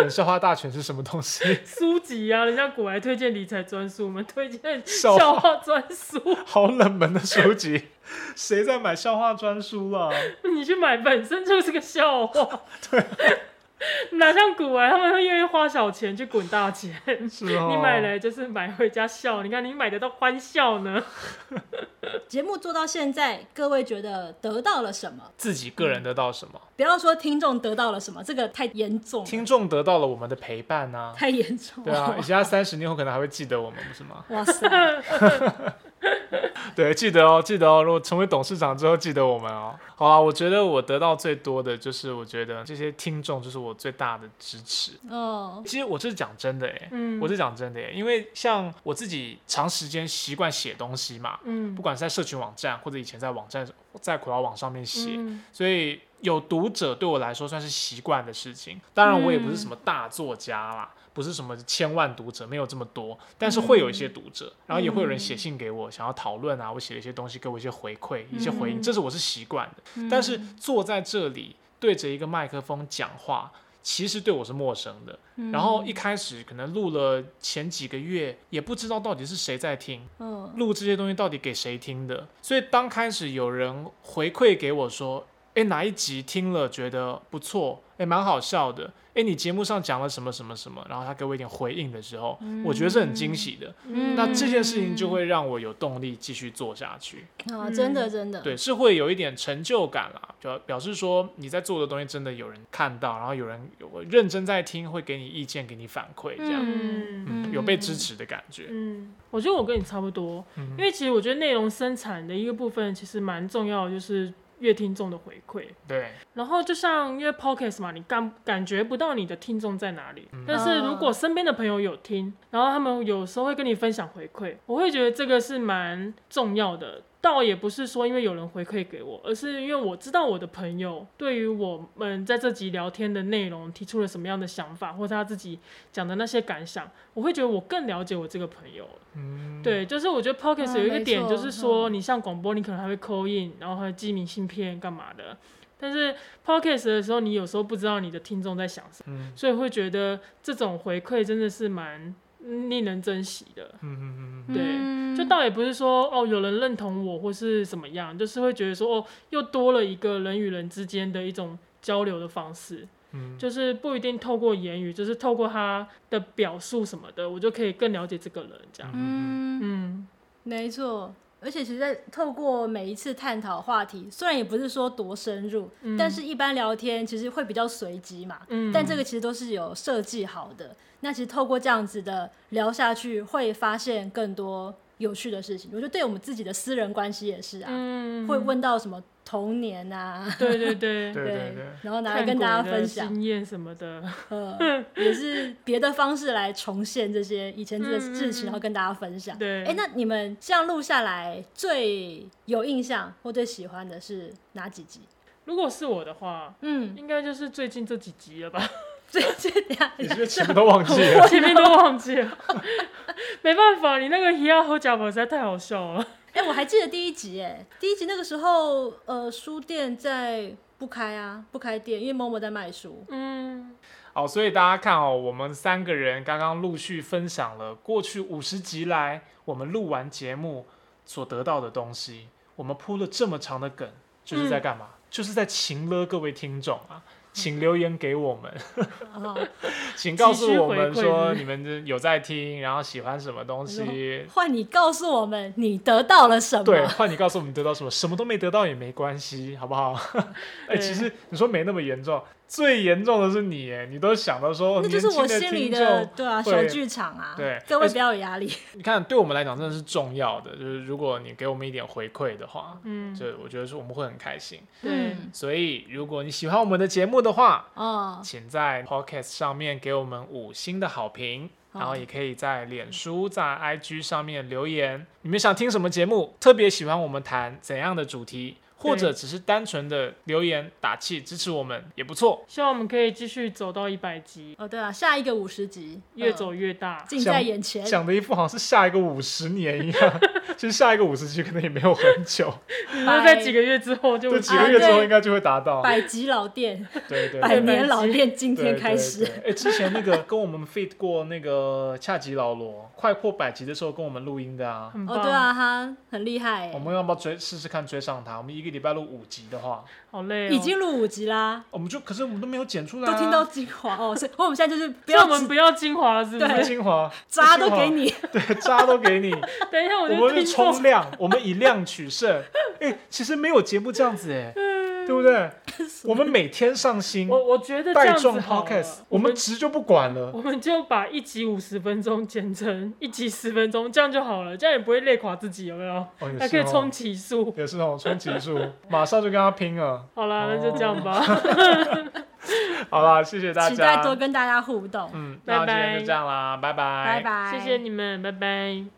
A: 冷笑话大全是什么东西？
C: 书籍啊，人家古来推荐理财专书，我们推荐
A: 笑话
C: 笑话专书，
A: *laughs* 好冷门的书籍， *laughs* 谁在买笑话专书啊啦？
C: 你去买本身就是个笑话，对，哪像古来他们会愿意花小钱去滚大钱，
A: 是哦，
C: 你买来就是买回家笑，你看你买得到欢笑呢，
B: 节目做到现在，各位觉得得到了什么？
A: 自己个人得到什么？
B: 不要说听众得到了什么，这个太严
C: 嗯
B: 重了，
A: 听众得到了我们的陪伴呐、
B: 太严重
A: 对啊
C: *laughs*
A: *laughs*
B: 了。
A: 啊，以下三十年后可能还会记得我们，不是吗？
B: 哇塞，
A: 对，记得哦，记得哦。如果成为董事长之后，记得我们哦。好啦，我觉得我得到最多的就是，我觉得这些听众就是我最大的支持。
B: 哦，
A: 其实我这是讲真的诶，
C: 嗯，
A: 我是讲真的诶，因为像我自己长时间习惯写东西嘛，
C: 嗯
A: 不管是在社群网站或者以前在网站在苦劳网上面写，
C: 嗯
A: 所以有读者对我来说算是习惯的事情。当然，我也不是什么大作家啦，不是什么千万读者，没有这么多，但是会有一些读者，然后也会有人写信给我，想要讨论啊，我写了一些东西，给我一些回馈、一些回应，
C: 嗯
A: 这是我是习惯的。
B: 嗯
A: 但是坐在这里对着一个麦克风讲话。其实对我是陌生的，
B: 嗯
A: 然后一开始可能录了前几个月，也不知道到底是谁在听，
B: 嗯
A: 录这些东西到底给谁听的？所以当开始有人回馈给我说，诶，哪一集听了觉得不错，诶，蛮好笑的，诶，你节目上讲了什么什么什么，然后他给我一点回应的时候，我觉得是很惊喜的。
B: 嗯
A: 那这件事情就会让我有动力继续做下去，
B: 啊，真的真的，
A: 嗯对，是会有一点成就感啦，就表示说你在做的东西真的有人看到，然后有人有认真在听，会给你意见，给你反馈，这样，
C: 嗯
A: 嗯，有被支持的感觉，
C: 嗯，我觉得我跟你差不多，
A: 嗯
C: 因为其实我觉得内容生产的一个部分其实蛮重要的，就是乐听众的回馈。
A: 对，
C: 然后就像因为 podcast 嘛，你感感觉不到你的听众在哪里，
A: 嗯
C: 但是如果身边的朋友有听，然后他们有时候会跟你分享回馈，我会觉得这个是蛮重要的。倒也不是说因为有人回馈给我，而是因为我知道我的朋友对于我们在这集聊天的内容提出了什么样的想法，或者他自己讲的那些感想，我会觉得我更了解我这个朋友了。
A: 嗯，
C: 对，就是我觉得
B: 嗯
C: podcast 有一个
B: 没
C: 点，
B: 错
C: 就是说你像广播，你可能还会扣印，然后还会寄明信片干嘛的。但是 podcast 的时候，你有时候不知道你的听众在想什么，
A: 嗯，
C: 所以会觉得这种回馈真的是蛮嗯令人珍惜的。
A: 嗯嗯嗯嗯，
C: 对
B: 嗯
C: 就倒也不是说哦有人认同我或是怎么样，就是会觉得说哦又多了一个人与人之间的一种交流的方式。
A: 嗯
C: 就是不一定透过言语，就是透过他的表述什么的，我就可以更了解这个人这样。
B: 嗯，
C: 嗯，
B: 没错。而且其实，在透过每一次探讨话题，虽然也不是说多深入，
C: 嗯
B: 但是一般聊天其实会比较随机嘛。
C: 嗯
B: 但这个其实都是有设计好的。那其实透过这样子的聊下去，会发现更多有趣的事情。我觉得对我们自己的私人关系也是啊，
C: 嗯
B: 会问到什么童年啊， *laughs*
C: 对对
A: 对
C: 对，
A: 对对。
B: 然后拿来
C: 看
B: 跟大家
C: 鬼的
B: 分享。
C: 经验什么的。
B: *laughs* 呃，也是别的方式来重现这些以前的
C: 嗯嗯
B: 事情，
C: 嗯
B: 然后跟大家分享。
C: 对
B: 哎，那你们这样录下来，最有印象或最喜欢的是哪几集？
C: 如果是我的话，
B: 嗯，
C: 应该就是最近这几集了吧，
B: *laughs*
C: *laughs*
B: 最最等一下
A: 你是不是全部都忘记了？
C: 前面都忘记了。 *laughs* 没办法，你那个一号和贾宝实在太好笑
B: *laughs*
C: 了。
B: 哎，我还记得第一集，哎，第一集那个时候，呃，书店在不开啊，不开店，因为某某在卖书。
C: 嗯，
A: *laughs* 好，所以大家看哦，我们三个人刚刚陆续分享了过去五十集来我们录完节目所得到的东西。我们铺了这么长的梗，就是在干
C: 嗯
A: 嘛？就是在情勒各位听众
C: *laughs*
A: 啊，请留言给我们，
B: 啊，
C: *laughs*
A: 请告诉我们
C: 急需回馈
A: 说
C: 是不是
A: 你们有在听，然后喜欢什么东
C: *laughs*
A: 西。
B: 换你告诉我们你得到了什么？
A: 对，换你告诉我们得到什么，什么都没得到也没关系，好不好？ *laughs* 哎、
C: 对
A: 其实你说没那么严重，最严重的是你耶，你都想到说，
B: 那就是我
A: 年轻
B: 心里
A: 听众
B: 的，对啊，
A: 会
B: 小剧场啊。
A: 对
B: 各
A: 而
B: 位
A: 且
B: 不要有压力。
A: 你看，对我们来讲真的是重要的，就是如果你给我们一点回馈的话，
C: 嗯
A: 就我觉得说我们会很开心。
B: 嗯
C: 对
A: 所以，如果你喜欢我们的节目的话，
B: 哦，
A: 请在 Podcast 上面给我们五星的好评。
B: 好
A: 然后也可以在脸书、在 IG 上面留言，你们想听什么节目，特别喜欢我们谈怎样的主题，或者只是单纯的留言打气支持我们也不错。
C: 希望我们可以继续走到一百集，
B: 哦，对啊，下一个五十集
C: 越
B: 嗯
C: 走越大。
B: 近在眼前。
A: 讲的一副好像是下一个五十年一
B: *laughs*
A: 样，其实下一个五十期可能也没有很久，
B: 嗯
C: *laughs* 那在几个月之后就
A: 就几个月之后应该就会达到。
B: 百集老店，
A: 对对，对
B: 百年老店，今
A: 对
B: 天
A: 对
B: 开始。
A: 对哎，之前那个跟我们 fit 过那个恰吉老罗，快破百集的时候跟我们录音的啊，
C: 很棒。
B: 哦，对，啊，他很厉害
A: 我
B: 欸，
A: 们要不要追试试看追上他？我们一个礼拜录五集的话，
C: 好累、哦。
B: 已经录五集啦，
A: 我们就可是我们都没有剪出来、
B: 都
A: 啊，
B: 听到精华哦，所以我们现在就是不
C: 所以
B: 要
C: 我们
B: 只
C: 不要精华了，是不
A: 不
C: 是？
A: 精华，
B: 渣都给你，
A: 对，渣都给你，
C: *laughs* 等一下，
A: 我
C: *laughs* 我
A: 们
C: 就
A: 是
C: *laughs* 听众
A: 冲量，我们以量取胜。哎，其实没有节目这样子哎，对不对？我们每天上新，
C: 嗯 *laughs* 我我觉得这
A: 带
C: 样子
A: 状
C: 好了
A: podcast，
C: 我
A: 我们
C: 们
A: 值就不管了。
C: 我们就把一集五十分钟剪成一集十分钟，这样就好了，这样也不会累垮自己，有没有？
A: 哦，也
C: 还
A: 是
C: 可以
A: 哦
C: 冲起速。
A: 也是哦，冲级数，马上就跟他拼了。
C: 好啦，
A: 哦
C: 那就这样吧。
A: 好啦，谢谢大
B: 期待
A: 家嗯
B: 多。跟大家互动，
A: 嗯，那今天就这样啦，拜拜
B: 拜拜，
C: 谢谢你们，拜拜。